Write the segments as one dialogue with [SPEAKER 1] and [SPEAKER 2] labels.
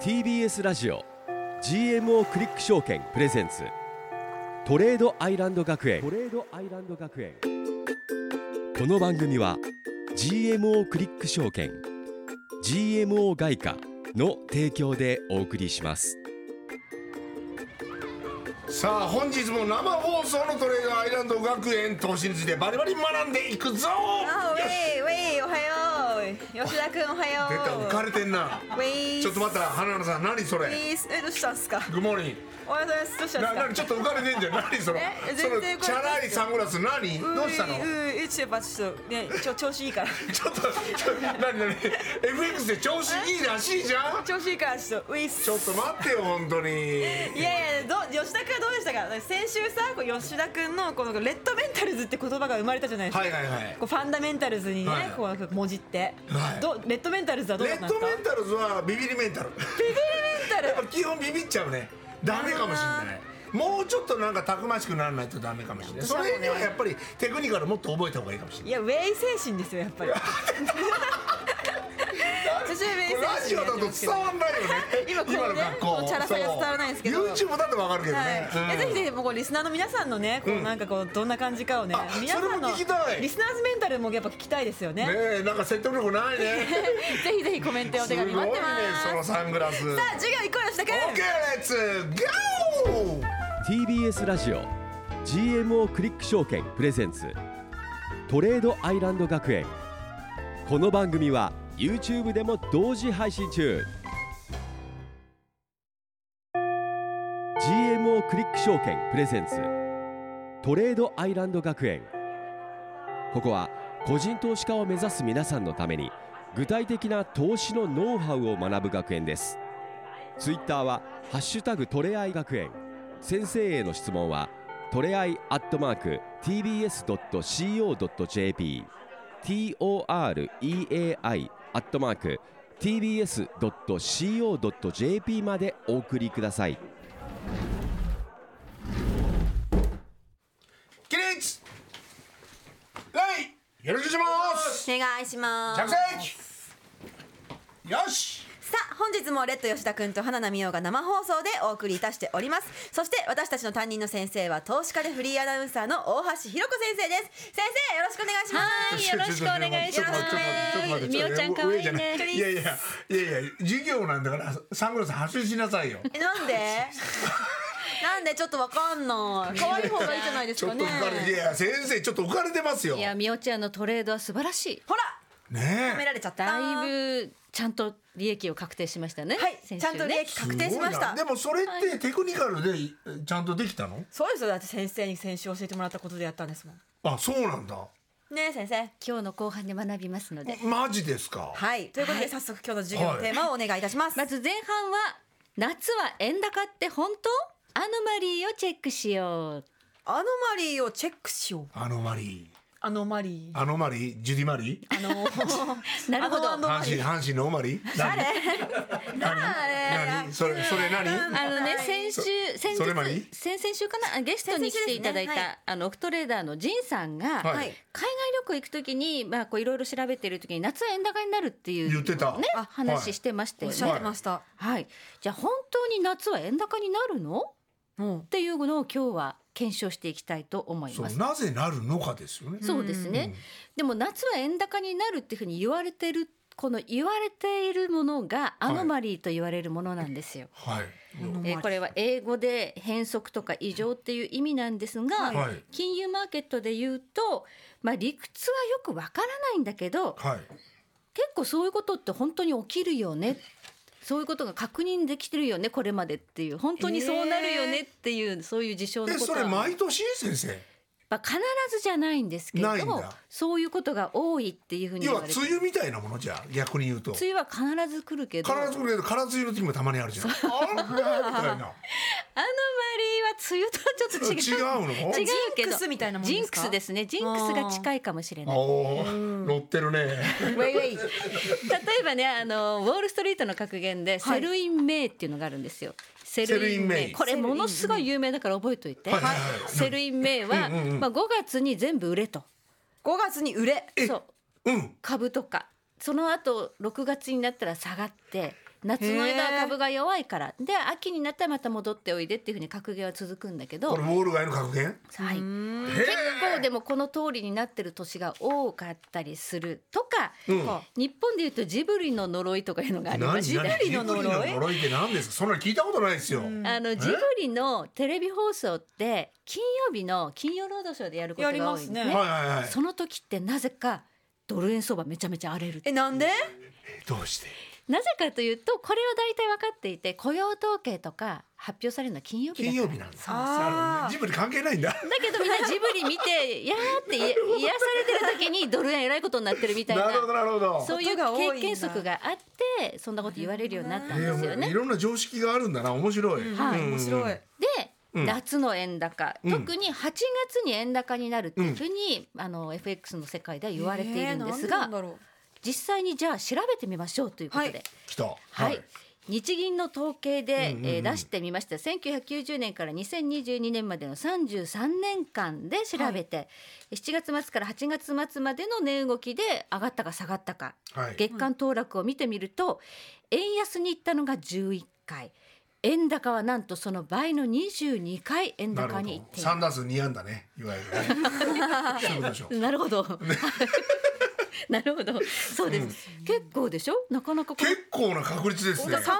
[SPEAKER 1] TBS ラジオ GMO クリック証券プレゼンツトレードアイランド学園トレードアイランド学園この番組は GMO クリック証券 GMO 外貨の提供でお送りします
[SPEAKER 2] さあ本日も生放送のトレードアイランド学園投資についてバリバリ学んでいくぞ
[SPEAKER 3] あウ
[SPEAKER 2] よし
[SPEAKER 3] ェイウェイおはよう吉田君おはよ
[SPEAKER 2] 絶対
[SPEAKER 3] う
[SPEAKER 2] 浮かれてんな
[SPEAKER 3] ウェイ
[SPEAKER 2] ちょっと待った花野さん何そ
[SPEAKER 3] ウ
[SPEAKER 2] れ
[SPEAKER 3] ェイえどうしたんすか
[SPEAKER 2] グモーニン
[SPEAKER 3] おはようございますどうした
[SPEAKER 2] グ
[SPEAKER 3] んす
[SPEAKER 2] な
[SPEAKER 3] か
[SPEAKER 2] 何ちょっと浮かれてんじゃん何その
[SPEAKER 3] え
[SPEAKER 2] その
[SPEAKER 3] 全然浮かれてない
[SPEAKER 2] チャラいサングラス何どうしたの
[SPEAKER 3] うーうーちょっとちょっとねちょ調子いいから
[SPEAKER 2] ちょっとちょ何何 FX で調子いいらしいじゃん
[SPEAKER 3] 調子いいからちょっとウィス
[SPEAKER 2] ちょっと待ってよ本当 に
[SPEAKER 3] いやいやどう吉田君はどうでしたか先週さこう吉田君のこのレッドメンタルズって言葉が生まれたじゃないですか、
[SPEAKER 2] はいはいはい
[SPEAKER 3] こうファンダメンタルズにね、
[SPEAKER 2] はい
[SPEAKER 3] こう文字って、
[SPEAKER 2] はい
[SPEAKER 3] どうレッドメンタルズはどうだ
[SPEAKER 2] レ
[SPEAKER 3] った
[SPEAKER 2] ッ
[SPEAKER 3] んです
[SPEAKER 2] ド
[SPEAKER 3] か
[SPEAKER 2] メンタルズはビビリメンタル
[SPEAKER 3] ビビリメン
[SPEAKER 2] や
[SPEAKER 3] タ
[SPEAKER 2] っ
[SPEAKER 3] ル
[SPEAKER 2] ぱ基本ビビっちゃうねダメかもしれないもうちょっとなんかたくましくならないとダメかもしれないそれにはやっぱりテクニカルもっと覚えた方がいいかもしれない
[SPEAKER 3] いやウェイ精神ですよやっぱり私はウェイ
[SPEAKER 2] これラジ
[SPEAKER 3] 精
[SPEAKER 2] オ
[SPEAKER 3] 神
[SPEAKER 2] だと
[SPEAKER 3] でやってま
[SPEAKER 2] 伝わんないよね
[SPEAKER 3] すけど今こうね
[SPEAKER 2] の学校
[SPEAKER 3] こうチャラさが伝わらないですけど
[SPEAKER 2] そう YouTube だとわかるけど
[SPEAKER 3] はい
[SPEAKER 2] ね、うん
[SPEAKER 3] えぜひぜひもうこうリスナーの皆さんのねこうなんかこうどんな感じかをね、皆さんの
[SPEAKER 2] それも聞きたい
[SPEAKER 3] リスナーズメンタルもやっぱ聞きたいですよね
[SPEAKER 2] ねえなんか説得力ないね
[SPEAKER 3] ぜひぜひコメントやお
[SPEAKER 2] す
[SPEAKER 3] 手
[SPEAKER 2] ごい
[SPEAKER 3] 紙
[SPEAKER 2] ね
[SPEAKER 3] 待ってま
[SPEAKER 2] その
[SPEAKER 3] すさ
[SPEAKER 2] サングラス OK
[SPEAKER 3] あ授業行こうよ吉田君
[SPEAKER 2] let's go
[SPEAKER 1] TBS ラジオ GMO クリック証券プレゼンツトレードアイランド学園この番組は YouTube でも同時配信中 GMO クリック証券プレゼンツトレードアイランド学園ここは個人投資家を目指す皆さんのために具体的な投資のノウハウを学ぶ学園ですツイッターは「ハッシュタグトレアイ学園」先生への質問はトレアイアットマーク TBS.CO.JP TOREAI アットマーク TBS.CO.JP までお送りください
[SPEAKER 2] 起立礼よろしくします
[SPEAKER 3] お願いします
[SPEAKER 2] 着席よし
[SPEAKER 3] さあ本日もレッド吉田君と花奈美桜が生放送でお送りいたしておりますそして私たちの担任の先生は投資家でフリーアナウンサーの大橋ひろ子先生です先生よろしくお願いします
[SPEAKER 4] はい、よろしくお願いします。みおちゃん可愛いね。
[SPEAKER 2] いやいや、いやいや、授業なんだから、サングラス発注しなさ いよ。
[SPEAKER 3] えなん でなんでちょっとわかんない可愛い方がいいじゃないで
[SPEAKER 2] ち
[SPEAKER 3] す
[SPEAKER 2] ょ
[SPEAKER 3] か
[SPEAKER 2] っと
[SPEAKER 3] ね
[SPEAKER 2] 浮かれて、いや、先生、ちょっと浮かれてますよ。
[SPEAKER 4] いや、
[SPEAKER 2] ね
[SPEAKER 4] みおちゃんのトレードは素晴らしい。
[SPEAKER 3] ほら
[SPEAKER 2] え
[SPEAKER 3] 褒め。られちゃった
[SPEAKER 4] だいぶちゃんと利益を確定しましたね。
[SPEAKER 3] はい、
[SPEAKER 4] 先
[SPEAKER 3] ちゃ
[SPEAKER 4] 週
[SPEAKER 3] んと
[SPEAKER 4] ね
[SPEAKER 3] 利益確定し
[SPEAKER 2] すごい
[SPEAKER 3] まし
[SPEAKER 2] な
[SPEAKER 3] た
[SPEAKER 2] でも、それってテクニカルで、ちゃんとできたの。
[SPEAKER 3] そうですよだって先生に先週教えてもらったことでやったんですもん
[SPEAKER 2] あ、そうなんだ。
[SPEAKER 3] ねえ先生
[SPEAKER 4] 今日の後半で学びますので。
[SPEAKER 2] マジですか。
[SPEAKER 3] はいということで、
[SPEAKER 4] はい
[SPEAKER 3] 早速今日の授業のテーマをお願いいたします、
[SPEAKER 4] まず前半は夏は円高って本当？アノマリーをチェックしよう。
[SPEAKER 3] アノマリーをチェックしよう
[SPEAKER 2] アノマリ
[SPEAKER 3] アノマリ
[SPEAKER 2] ー。アノマリー、ジュディマリー。
[SPEAKER 3] ーあのー
[SPEAKER 4] なるほど
[SPEAKER 3] あのアノマ
[SPEAKER 2] 阪
[SPEAKER 3] リ
[SPEAKER 2] 神、
[SPEAKER 3] ー
[SPEAKER 2] 阪神のオマリー。
[SPEAKER 3] 誰
[SPEAKER 2] 何
[SPEAKER 3] 誰
[SPEAKER 2] 何、それ、それ、何。
[SPEAKER 4] あのね、先週、先
[SPEAKER 2] それまで
[SPEAKER 4] 日、先々週かな、あゲストに来ていただいた、
[SPEAKER 3] 先々週ですねは
[SPEAKER 4] あのオクトレーダーのジンさんが。
[SPEAKER 2] はい
[SPEAKER 4] 海外旅行行くときに、まあ、こういろいろ調べてるときに、夏は円高になるっていう。
[SPEAKER 2] 言ってた
[SPEAKER 4] ね
[SPEAKER 3] あ、
[SPEAKER 2] はい
[SPEAKER 4] 話してました
[SPEAKER 3] お
[SPEAKER 4] よ
[SPEAKER 3] っ
[SPEAKER 4] ね。
[SPEAKER 3] しゃってました、
[SPEAKER 4] はい、じゃあ本当に夏は円高になるの
[SPEAKER 3] うん
[SPEAKER 4] っていうのを今日は検証していきたいと思い
[SPEAKER 2] そ
[SPEAKER 4] ま
[SPEAKER 2] う、
[SPEAKER 4] す。
[SPEAKER 2] なぜなるのかですよね。
[SPEAKER 4] そうですね、でも夏は円高になるっていうふうに言われてるこの言われているものがアノマリーと言われるものなんですよ。
[SPEAKER 2] はい。
[SPEAKER 4] えーこれは英語で変則とか異常っていう意味なんですが、
[SPEAKER 2] はい
[SPEAKER 4] 金融マーケットで言うと、まあ、理屈はよくわからないんだけど
[SPEAKER 2] はい。
[SPEAKER 4] 結構そういうことって本当に起きるよねそういうことが確認できてるよねこれまでっていう本当にそうなるよねっていう、そういう事象の
[SPEAKER 2] え、
[SPEAKER 4] こ
[SPEAKER 2] そ
[SPEAKER 4] と
[SPEAKER 2] れ、
[SPEAKER 4] は、まあ、
[SPEAKER 2] 毎年、先生。
[SPEAKER 4] 必ずじゃないんですけれ
[SPEAKER 2] ない
[SPEAKER 4] ど
[SPEAKER 2] ん
[SPEAKER 4] も
[SPEAKER 2] だ
[SPEAKER 4] そういうことが多いっていうふうに
[SPEAKER 2] 要
[SPEAKER 4] 言
[SPEAKER 2] は
[SPEAKER 4] われて
[SPEAKER 2] 梅雨みたいなものじゃあ逆に言うと必
[SPEAKER 4] 梅雨は必ず来るけど
[SPEAKER 2] ずこれで空梅雨の時もたまにあるじゃんあれみたい な
[SPEAKER 4] アノマリーは梅雨とはちょっと違う
[SPEAKER 2] 違うの
[SPEAKER 4] 違う
[SPEAKER 3] ジ
[SPEAKER 4] けど
[SPEAKER 3] ンクスみたいなもんですか
[SPEAKER 4] ジンクスですねジンクスが近いかもしれない
[SPEAKER 2] おー乗ってるね
[SPEAKER 3] ウェイウェイ
[SPEAKER 4] 例えばねあのウォール・ストリートの格言で、
[SPEAKER 3] はい
[SPEAKER 4] セルイン・メイっていうのがあるんですよセ
[SPEAKER 2] ルインメイ
[SPEAKER 4] これものすごい有名だから覚えといて、
[SPEAKER 2] はいはいはい
[SPEAKER 4] セルイン・メイは、
[SPEAKER 2] うんうんうん
[SPEAKER 4] まあ、5月に全部売れと
[SPEAKER 3] 5月に売れ
[SPEAKER 4] そう
[SPEAKER 2] うん
[SPEAKER 4] 株とかその後6月になったら下がって夏の枝
[SPEAKER 3] へ
[SPEAKER 4] は
[SPEAKER 3] ー
[SPEAKER 4] 株が弱いからで秋になったらまた戻っておいでっていうふうに格言は続くんだけど、
[SPEAKER 2] これウ
[SPEAKER 4] は
[SPEAKER 2] ォール街の格言
[SPEAKER 4] い、
[SPEAKER 3] うー
[SPEAKER 2] へ
[SPEAKER 3] ん
[SPEAKER 4] 結構
[SPEAKER 2] ー
[SPEAKER 4] でもこの通りになってる年が多かったりするとか、
[SPEAKER 2] うん
[SPEAKER 4] こう日本でいうとジブリの呪いとかいうのがありま
[SPEAKER 2] 何
[SPEAKER 4] す
[SPEAKER 2] 何
[SPEAKER 3] ジブリの呪い
[SPEAKER 2] ジブリの呪いって何ですかそんなの聞いたことないですよ、
[SPEAKER 3] うん
[SPEAKER 4] あのジブリのテレビ放送って金曜日の金曜ロードショーでやることが多いんですね
[SPEAKER 3] やりま
[SPEAKER 2] はいはいはい
[SPEAKER 4] その時ってなぜかドル円相場めちゃめちゃ荒れる
[SPEAKER 3] えなんで
[SPEAKER 2] どうして
[SPEAKER 4] なぜかというとこれは大体分かっていて雇用統計とか発表されるのは金曜日だ
[SPEAKER 2] 金
[SPEAKER 4] か
[SPEAKER 2] 曜
[SPEAKER 4] ら
[SPEAKER 2] 日なんです
[SPEAKER 3] あー
[SPEAKER 2] ジブリ関係ないんだ
[SPEAKER 4] だけどみんなジブリ見て やーってい癒されてる時にドル円えらいことになってるみたいな
[SPEAKER 2] なるほどなるほど
[SPEAKER 4] そうい
[SPEAKER 3] こ
[SPEAKER 4] う
[SPEAKER 3] とが多いんだ
[SPEAKER 4] 経験則があってそんなこと言われるようになったん
[SPEAKER 2] い
[SPEAKER 4] で
[SPEAKER 2] や
[SPEAKER 4] す
[SPEAKER 2] も
[SPEAKER 4] よ
[SPEAKER 2] うい
[SPEAKER 4] ね。
[SPEAKER 2] ろんな常識があるんだな面白い、
[SPEAKER 3] うん
[SPEAKER 4] はい
[SPEAKER 3] 面白い
[SPEAKER 4] で
[SPEAKER 2] うん
[SPEAKER 4] 夏の円高、
[SPEAKER 2] うん
[SPEAKER 4] 特に8月に円高になるっていうふうに、あの FX の世界では言われているんです
[SPEAKER 3] えーな
[SPEAKER 4] が
[SPEAKER 3] んなんだろ
[SPEAKER 4] 実際にじゃあ調べてみましょうということで、
[SPEAKER 3] はい
[SPEAKER 2] 来た
[SPEAKER 4] はい、日銀の統計で、
[SPEAKER 2] うんうんうん
[SPEAKER 4] えー出してみました1990年から2022年までの33年間で調べて、7月末から8月末までの値動きで上がったか下がったか
[SPEAKER 2] はい
[SPEAKER 4] 月間騰落を見てみると円安に行ったのが11回円高はなんとその倍の22回円
[SPEAKER 2] なる
[SPEAKER 4] 高
[SPEAKER 2] ほ
[SPEAKER 4] に行
[SPEAKER 2] ど
[SPEAKER 4] っている。
[SPEAKER 2] 三打数二安打ねいわゆるねそういうことでしょ
[SPEAKER 4] なるほど。 なるほど。そうです。結構でしょ。なかなかこの
[SPEAKER 2] 結構な確率です
[SPEAKER 3] う
[SPEAKER 2] ね
[SPEAKER 3] 3分の2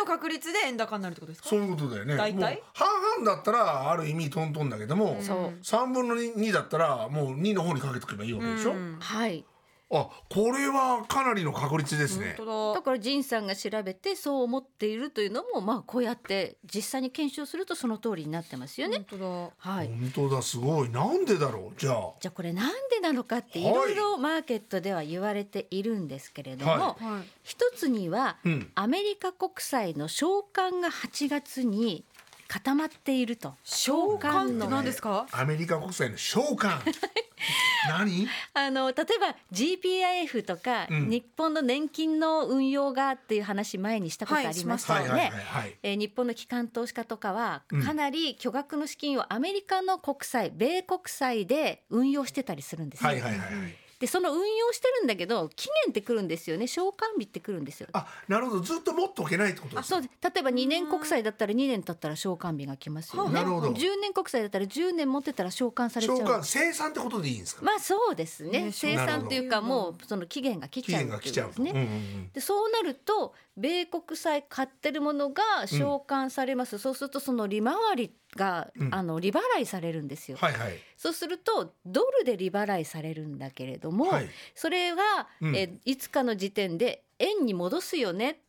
[SPEAKER 3] の確率で円高になるってことですか
[SPEAKER 2] そういうことだよね
[SPEAKER 3] 大体
[SPEAKER 2] もう半々だったらある意味トントンだけども
[SPEAKER 4] そう
[SPEAKER 2] 三分の二だったらもう二の方にかけておけばいいわけでしょ、
[SPEAKER 3] うん
[SPEAKER 4] はい。
[SPEAKER 2] あこれはかなりの確率ですね
[SPEAKER 3] 本
[SPEAKER 4] だ
[SPEAKER 3] 当だ
[SPEAKER 4] から仁さんが調べてそう思っているというのもまあこうやって実際に検証するとその通りになってますよね。
[SPEAKER 3] 本当
[SPEAKER 4] はい。
[SPEAKER 2] 本当だすごいなんでだろうじゃあ
[SPEAKER 4] じゃあこれなんでなのかってい
[SPEAKER 2] はい
[SPEAKER 4] ろいろマーケットでは言われているんですけれども、
[SPEAKER 2] は
[SPEAKER 3] だはい
[SPEAKER 4] 一つには
[SPEAKER 2] うん
[SPEAKER 4] アメリカ国債の償還が8月に固まっていると。
[SPEAKER 3] 償還って何ですか
[SPEAKER 2] アメリカ国債の償還何
[SPEAKER 4] あの例えば GPIF とか、
[SPEAKER 2] うん
[SPEAKER 4] 日本の年金の運用がっていう話前にしたことあ
[SPEAKER 3] はい
[SPEAKER 4] りました
[SPEAKER 2] はいはい
[SPEAKER 4] よ
[SPEAKER 2] はい
[SPEAKER 4] ね。
[SPEAKER 2] はい
[SPEAKER 4] えー日本の機関投資家とかは
[SPEAKER 2] うん
[SPEAKER 4] かなり巨額の資金をアメリカの国債、米国債で運用してたりするんですよ、
[SPEAKER 2] はいはいはいはい
[SPEAKER 4] でその運用してるんだけど期限ってくるんですよね償還日ってくるんですよ
[SPEAKER 2] あなるほどずっと持っておけないってことで
[SPEAKER 4] あ
[SPEAKER 2] すか
[SPEAKER 4] そうです例えば2年国債だったら2年経ったら償還日が来ますよね
[SPEAKER 2] はあなるほど
[SPEAKER 4] 10年国債だったら10年持ってたら償還されちゃう
[SPEAKER 2] 償還生産ってことでいいんですか
[SPEAKER 4] まあそうです
[SPEAKER 3] ね
[SPEAKER 4] ね生
[SPEAKER 2] なるほ
[SPEAKER 4] 産
[SPEAKER 2] ど
[SPEAKER 4] というかもうその期限が来
[SPEAKER 2] 期
[SPEAKER 4] ちゃう
[SPEAKER 2] 限が
[SPEAKER 4] っていうこ
[SPEAKER 2] 来
[SPEAKER 4] と
[SPEAKER 2] ちゃう
[SPEAKER 4] で
[SPEAKER 2] と
[SPEAKER 4] すね
[SPEAKER 2] うんうんうん
[SPEAKER 4] でそうなると米国債買ってるものが償還されます、そうするとその利回りが、
[SPEAKER 2] うん
[SPEAKER 4] あの利払いされるんですよ、
[SPEAKER 2] はいはい
[SPEAKER 4] そうするとドルで利払いされるんだけれども、
[SPEAKER 2] はい
[SPEAKER 4] それが、
[SPEAKER 2] うん
[SPEAKER 4] えいつかの時点で円に戻すよね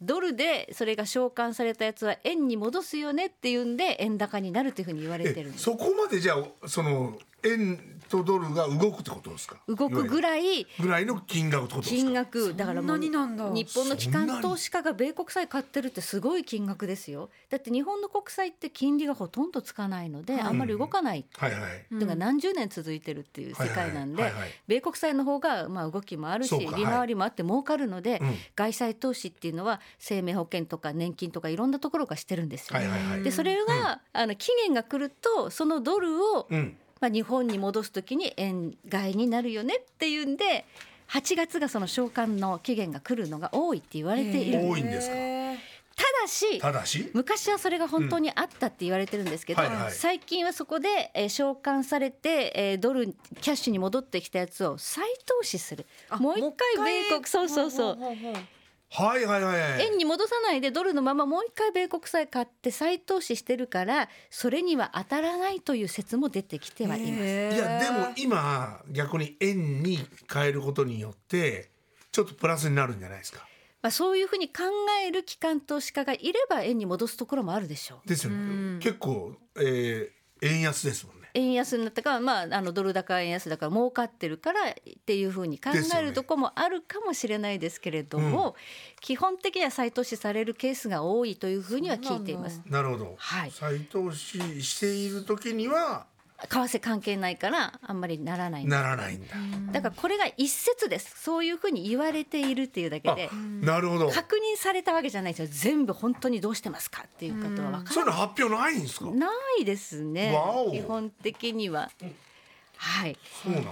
[SPEAKER 4] ドルでそれが償還されたやつは円に戻すよねっていうんで円高になるというふうに言われてるん
[SPEAKER 2] え
[SPEAKER 4] です
[SPEAKER 2] そこまでじゃあその円とドルが動くってことですか
[SPEAKER 4] 動くぐ
[SPEAKER 2] いわ
[SPEAKER 4] ら
[SPEAKER 2] ゆ
[SPEAKER 4] い
[SPEAKER 2] るぐらいの金額ってことですか
[SPEAKER 4] 金額だからも
[SPEAKER 3] そ
[SPEAKER 4] うん
[SPEAKER 3] なになんだ
[SPEAKER 4] 日本の機関投資家が米国債買ってるってすごい金額ですよだって日本の国債って金利がほとんどつかないのであんまり動かない
[SPEAKER 2] はいはい
[SPEAKER 4] というか何十年続いてるっていう世界なん
[SPEAKER 2] はい
[SPEAKER 4] で
[SPEAKER 2] はいはいはい
[SPEAKER 4] 米国債の方がまあ動きもあるし
[SPEAKER 2] そうか
[SPEAKER 4] 利回りもあって儲かるので
[SPEAKER 2] うん
[SPEAKER 4] 外債投資っていうのは生命保険とか年金とかいろんなところがしてるんですよ
[SPEAKER 2] はい。はいはい
[SPEAKER 4] でそれがあの期限が来るとそのドルを
[SPEAKER 2] うん
[SPEAKER 4] まあ、日本に戻すときに円買いになるよねっていうんで8月がその償還の期限が来るのが多いって言われている、
[SPEAKER 2] 多いんですか
[SPEAKER 3] へー
[SPEAKER 4] ただした
[SPEAKER 2] だし
[SPEAKER 4] 昔はそれが本当にあったって言われてるんですけど、
[SPEAKER 2] うんはいはい
[SPEAKER 4] 最近はそこで、えー償還されて、えードルキャッシュに戻ってきたやつを再投資する
[SPEAKER 3] あ
[SPEAKER 4] もう一回米国そうそうそ
[SPEAKER 3] ほ
[SPEAKER 4] う
[SPEAKER 3] うほうほう
[SPEAKER 2] はいはいはい
[SPEAKER 4] 円に戻さないでドルのままもう一回米国債買って再投資してるからそれには当たらないという説も出てきてはいます。
[SPEAKER 3] へー
[SPEAKER 2] いやでも今逆に円に変えることによってちょっとプラスになるんじゃないですか。
[SPEAKER 4] まあ、そういうふうに考える機関投資家がいれば円に戻すところもあるでしょう。
[SPEAKER 2] ですよね。結構、えー円安ですもんね。
[SPEAKER 4] 円安になったから、まあ、あのドル高円安だから儲かってるからっていうふうに考
[SPEAKER 2] ですよ
[SPEAKER 4] え
[SPEAKER 2] ね
[SPEAKER 4] るとこもあるかもしれないですけれども、基本的には再投資されるケースが多いというふうには聞いています。
[SPEAKER 2] なるほど。
[SPEAKER 4] はい
[SPEAKER 2] 再投資している時には
[SPEAKER 4] 為替関係ないからあんまりならない。
[SPEAKER 2] ならないんだ。
[SPEAKER 4] だからこれが一説です。そういうふうに言われているっていうだけ
[SPEAKER 2] あ
[SPEAKER 4] で、
[SPEAKER 2] なるほど。そ
[SPEAKER 4] 確認されたわけじゃないですよ。全部本当にどうしてますかっていうことは分か
[SPEAKER 2] ういうの発表ないんですか。
[SPEAKER 4] ないですね
[SPEAKER 2] わお
[SPEAKER 4] 基本的にははい
[SPEAKER 2] そうなんだ。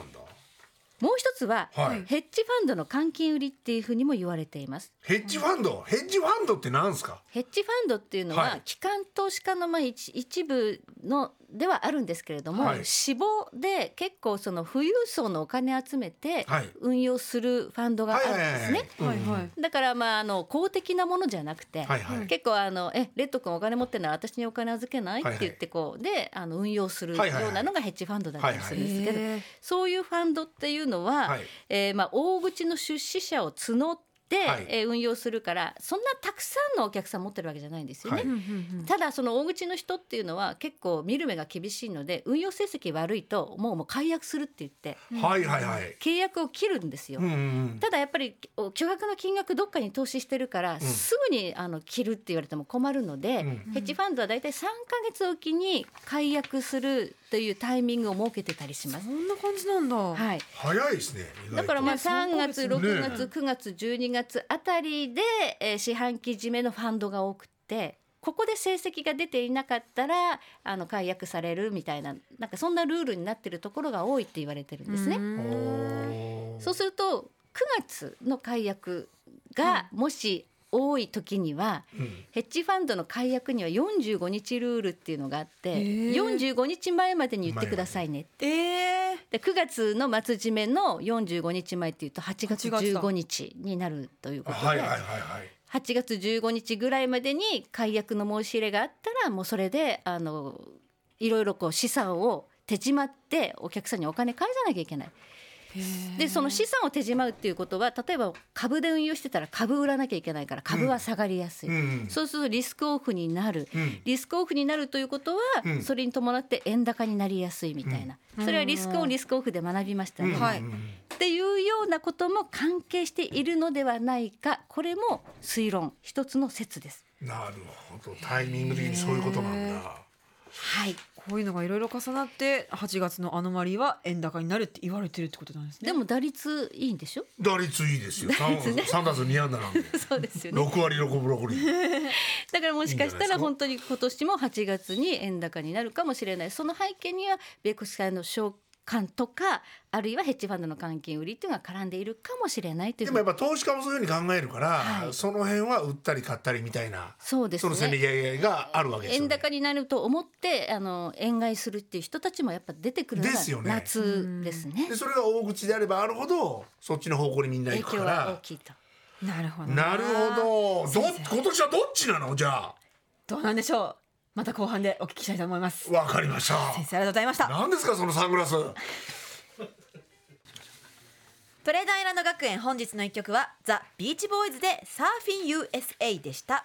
[SPEAKER 4] もう一つは、
[SPEAKER 2] はい
[SPEAKER 4] ヘッジファンドの換金売りっていうふうにも言われています。
[SPEAKER 2] ヘッジファンドヘッジファンドってなんですか
[SPEAKER 4] ヘッジファンドっていうのは、
[SPEAKER 2] はい
[SPEAKER 4] 機関投資家のまあ一一部のではあるんですけれども、
[SPEAKER 2] はい
[SPEAKER 4] 死亡で結構その富裕層のお金集めて
[SPEAKER 2] はい
[SPEAKER 4] 運用するファンドがあ
[SPEAKER 2] はい
[SPEAKER 4] るん
[SPEAKER 2] はい
[SPEAKER 4] ですね。
[SPEAKER 2] はい
[SPEAKER 3] はいはい
[SPEAKER 4] だからまああの公的なものじゃなくて、
[SPEAKER 2] はいはい
[SPEAKER 4] 結構あのえレッド君お金持ってるなら私にお金預けない、
[SPEAKER 2] はいはい
[SPEAKER 4] って言ってこうであの運用するよ
[SPEAKER 2] はいはいはいう
[SPEAKER 4] なのがヘッジファンドだったりするんですけど、
[SPEAKER 3] はいはい
[SPEAKER 4] そういうファンドっていうのは、
[SPEAKER 2] はい
[SPEAKER 4] えーまあ大口の出資者を募って、
[SPEAKER 2] はい
[SPEAKER 4] えー運用するからそんなたくさんのお客さん持ってるわけじゃないんですよね。
[SPEAKER 2] はい
[SPEAKER 4] ただその大口の人っていうのは結構見る目が厳しいので運用成績悪いともうもう解約するって言って
[SPEAKER 2] はいはいはい
[SPEAKER 4] 契約を切るんですよ。
[SPEAKER 2] うんうん
[SPEAKER 4] ただやっぱりお巨額の金額どっかに投資してるから、すぐにあの切るって言われても困るので、
[SPEAKER 2] うん
[SPEAKER 4] ヘッジファンドはだいたい3ヶ月おきに解約するというタイミングを設けてたりします。
[SPEAKER 3] そんな感じなんだ。
[SPEAKER 4] はい
[SPEAKER 2] 早いですね意外と
[SPEAKER 4] だからまあ
[SPEAKER 3] 意外と
[SPEAKER 4] 3月
[SPEAKER 3] そう
[SPEAKER 2] ですね
[SPEAKER 4] 6月9月12月あたりで、えー四半期締めのファンドが多くてここで成績が出ていなかったらあの解約されるみたいななんかそんなルールになってるところが多いって言われてるんですね。
[SPEAKER 2] おー
[SPEAKER 4] そうすると9月の解約がもし多い時には、
[SPEAKER 2] うん
[SPEAKER 4] ヘッジファンドの解約には45日ルールっていうのがあって、
[SPEAKER 3] ー
[SPEAKER 4] 45日前までに言ってくださいね
[SPEAKER 3] ええ
[SPEAKER 4] で9月の末締めの45日前っていうと8月
[SPEAKER 3] 8月だ
[SPEAKER 4] 15日になるということで
[SPEAKER 2] はいはいはいはい
[SPEAKER 4] 8月15日ぐらいまでに解約の申し入れがあったらもうそれであのいろいろこう資産を手締まってお客さんにお金返さなきゃいけない。でその資産を手締まうっていうことは例えば株で運用してたら株売らなきゃいけないから株は下がりやすい、
[SPEAKER 2] うんうん
[SPEAKER 4] そうするとリスクオフになる、
[SPEAKER 2] うん
[SPEAKER 4] リスクオフになるということは、
[SPEAKER 2] うん
[SPEAKER 4] それに伴って円高になりやすいみたいな、それはリスクオンリスクオフで学びましたね、
[SPEAKER 3] はい
[SPEAKER 2] うん
[SPEAKER 4] っていうようなことも関係しているのではないかこれも推論一つの説です。
[SPEAKER 2] なるほどタイミング的にそういうことなんだ
[SPEAKER 4] はい
[SPEAKER 3] こういうのがいろいろ重なって8月のアノマリーは円高になるって言われてるってことなんですね。
[SPEAKER 4] でも打率いいんでしょ
[SPEAKER 2] 打率いいですよ三三打数二安打 なんで
[SPEAKER 4] そうですよね
[SPEAKER 2] 六割六分六厘
[SPEAKER 4] だからもしかしたら
[SPEAKER 2] いい
[SPEAKER 4] 本当に今年も8月に円高になるかもしれないその背景には米国債の償還とかあるいはヘッジファンドの換金売りっていうのが絡んでいるかもしれないとい
[SPEAKER 2] でもやっ
[SPEAKER 4] う
[SPEAKER 2] ぱ投資家もそういうふうに考えるから、
[SPEAKER 4] はい
[SPEAKER 2] その辺は売ったり買ったりみたいな
[SPEAKER 4] そうです
[SPEAKER 2] そのせめぎ
[SPEAKER 4] ね
[SPEAKER 2] 合いがあるわけですよ、
[SPEAKER 4] 円
[SPEAKER 2] ね、
[SPEAKER 4] 高になると思ってあの円買いするっていう人たちもやっぱ出てくるの
[SPEAKER 2] ですよ
[SPEAKER 4] が
[SPEAKER 2] ね
[SPEAKER 4] 夏ですね
[SPEAKER 2] でそれが大口であればあるほどそっちの方向にみんな
[SPEAKER 4] 影
[SPEAKER 2] 行く
[SPEAKER 4] 響
[SPEAKER 2] か
[SPEAKER 4] は
[SPEAKER 2] ら
[SPEAKER 4] 大きいと
[SPEAKER 3] なるほど。
[SPEAKER 2] なるほどど
[SPEAKER 3] 先生
[SPEAKER 2] 今年はどっちなのじゃあ
[SPEAKER 3] どうなんでしょう。また後半でお聞きしたいと思います。
[SPEAKER 2] わかりました
[SPEAKER 3] 先生ありがとうございました。
[SPEAKER 2] 何ですかそのサングラス
[SPEAKER 3] トレードアイランド学園本日の一曲はザ・ビーチボーイズでサーフィン USA でした。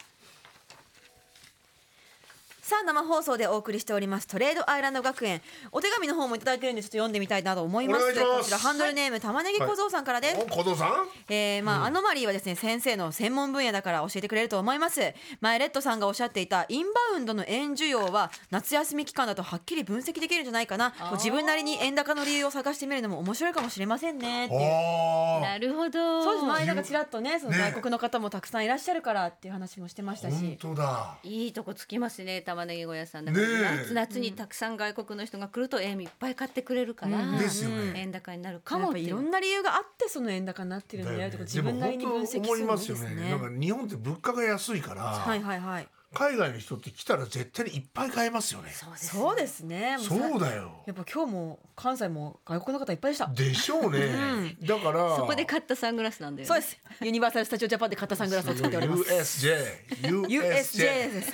[SPEAKER 3] さあ生放送でお送りしておりますトレードアイランド学園お手紙の方もいただいてるんでちょっと読んでみたいなと思います
[SPEAKER 2] お願いします
[SPEAKER 3] こちらハンドルネーム、玉ねぎ小僧さんからです、
[SPEAKER 2] お小僧さん
[SPEAKER 3] えーまあアノマリーはですね先生の専門分野だから教えてくれると思います前レッドさんがおっしゃっていたインバウンドの円需要は夏休み期間だとはっきり分析できるんじゃないかなこう自分なりに円高の理由を探してみるのも面白いかもしれませんねっていう
[SPEAKER 2] あ
[SPEAKER 4] なるほど
[SPEAKER 3] そうです前なんかちらっとねその
[SPEAKER 2] ね
[SPEAKER 3] 外国の方もたくさんいらっしゃるからっていう話もしてまし
[SPEAKER 2] ー
[SPEAKER 3] た
[SPEAKER 2] 本
[SPEAKER 3] し、
[SPEAKER 2] 当だ
[SPEAKER 4] いいとこつきますね玉ねぎ小屋さんだ
[SPEAKER 2] ね
[SPEAKER 4] から
[SPEAKER 2] え
[SPEAKER 4] 夏夏にたくさん外国の人が来ると円いっぱい買ってくれるから、
[SPEAKER 2] ですよね
[SPEAKER 4] 円高になるか
[SPEAKER 3] かも
[SPEAKER 4] も
[SPEAKER 3] やっ
[SPEAKER 4] っ
[SPEAKER 3] てぱい
[SPEAKER 4] い
[SPEAKER 3] うろんな理由があってその円高になってるんだよとか自分なりに分析する
[SPEAKER 2] でも本当思い
[SPEAKER 3] のも
[SPEAKER 2] ま
[SPEAKER 3] いい
[SPEAKER 2] す
[SPEAKER 3] で
[SPEAKER 2] よ
[SPEAKER 3] す
[SPEAKER 2] ね
[SPEAKER 3] ね
[SPEAKER 2] なんか日本って物価が安いから、
[SPEAKER 3] はいはいはい
[SPEAKER 2] 海外の人って来たら絶対にいっぱい買えますよね
[SPEAKER 4] そうですね
[SPEAKER 3] そうですねもうさ
[SPEAKER 2] そうだよ
[SPEAKER 3] やっぱ今日も関西も外国の方いっぱいでした
[SPEAKER 2] でしょうね、だから
[SPEAKER 4] そこで買ったサングラスなんだよ、ね、
[SPEAKER 3] そうですユニバーサル・スタジオ・ジャパンで買ったサングラスを作っております
[SPEAKER 2] USJ
[SPEAKER 3] USJ です。はい、というこ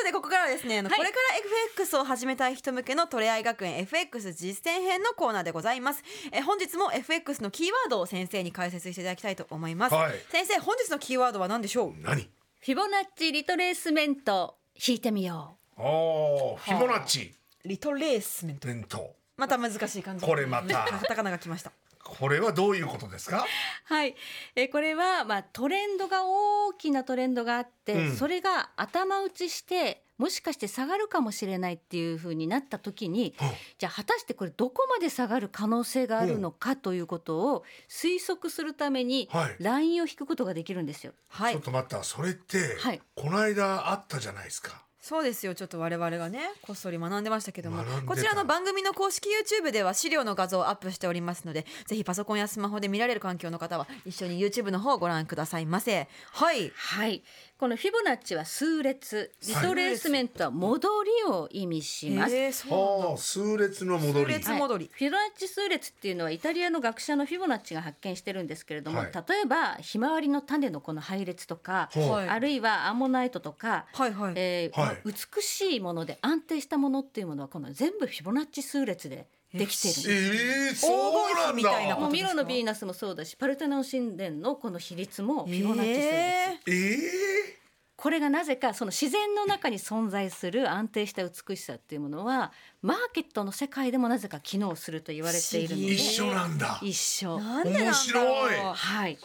[SPEAKER 3] とでここからはですね、あの
[SPEAKER 4] はい
[SPEAKER 3] これから FX を始めたい人向けのトレアイ学園 FX 実践編のコーナーでございますえ本日も FX のキーワードを先生に解説していただきたいと思います、
[SPEAKER 2] はい
[SPEAKER 3] 先生本日のキーワードは何でしょう
[SPEAKER 2] 何
[SPEAKER 4] フィボナッチリトレースメント引いてみよ
[SPEAKER 2] あーフィボナッチ
[SPEAKER 3] リトレースメント
[SPEAKER 2] 伝統
[SPEAKER 3] また難しい感じ
[SPEAKER 2] これまた
[SPEAKER 3] カタカナが来ました
[SPEAKER 2] これはどういうことですか
[SPEAKER 4] うはい、えーこれはまあトレンドが大きなトレンドがあって、
[SPEAKER 2] うん
[SPEAKER 4] それが頭打ちしてもしかして下がるかもしれないっていうふうになった時に
[SPEAKER 2] うん
[SPEAKER 4] じゃあ果たしてこれどこまで下がる可能性があるのかということを推測するために
[SPEAKER 2] はい
[SPEAKER 4] ラインを引くことができるんですよ。
[SPEAKER 3] は
[SPEAKER 2] ちょ
[SPEAKER 3] い
[SPEAKER 2] っと待ったそれって、
[SPEAKER 4] はい
[SPEAKER 2] この間あったじゃないですか
[SPEAKER 3] そうですよちょっと我々がねこっそり学んでましたけども
[SPEAKER 2] 学んでた
[SPEAKER 3] こちらの番組の公式 YouTube では資料の画像をアップしておりますのでぜひパソコンやスマホで見られる環境の方は一緒に YouTube の方をご覧くださいませはい
[SPEAKER 4] はい、このフィボナッチは数列、リトレースメントは戻りを意味します。
[SPEAKER 3] えー、そうなん
[SPEAKER 2] あ
[SPEAKER 3] だ
[SPEAKER 2] あ数列の戻り
[SPEAKER 3] 数列
[SPEAKER 4] はい
[SPEAKER 3] 戻り
[SPEAKER 4] フィボナッチ数列っていうのはイタリアの学者のフィボナッチが発見してるんですけれども、
[SPEAKER 2] はい
[SPEAKER 4] 例えばひまわりの種のこの配列とか、
[SPEAKER 2] ほう
[SPEAKER 3] はい
[SPEAKER 4] あるいはアンモナイトとか、
[SPEAKER 3] はいはい、
[SPEAKER 4] えー
[SPEAKER 2] はい
[SPEAKER 4] 美しいもので安定したものっていうものはこの全部フィボナッチ数列でできてるんです
[SPEAKER 2] ええそうなんだ
[SPEAKER 3] 黄金比みたいな
[SPEAKER 4] も
[SPEAKER 3] こ
[SPEAKER 4] う
[SPEAKER 3] と
[SPEAKER 4] ミロのヴィーナスもそうだしパルテノン神殿のこの比率もフィボナッチ数列、
[SPEAKER 3] え
[SPEAKER 2] ええ
[SPEAKER 4] これがなぜかその自然の中に存在する安定した美しさっていうものはマーケットの世界でもなぜか機能すると言われているの
[SPEAKER 3] 不思
[SPEAKER 4] で
[SPEAKER 3] 議
[SPEAKER 2] 一緒なんだ
[SPEAKER 4] 一緒
[SPEAKER 3] ー、なんでなんだろう
[SPEAKER 2] 面白
[SPEAKER 4] はい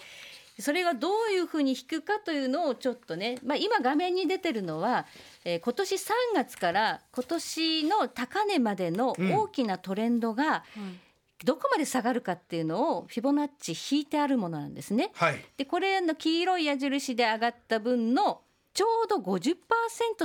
[SPEAKER 4] それがどういうふうに弾くかというのをちょっとね、まあ、今画面に出てるのは、えー今年3月から今年の高値までの大きなトレンドが
[SPEAKER 3] ん
[SPEAKER 4] どこまで下がるかっていうのをフィボナッチ引いてあるものなんですね。
[SPEAKER 2] はい
[SPEAKER 4] でこれの黄色い矢印で上がった分のちょうど50%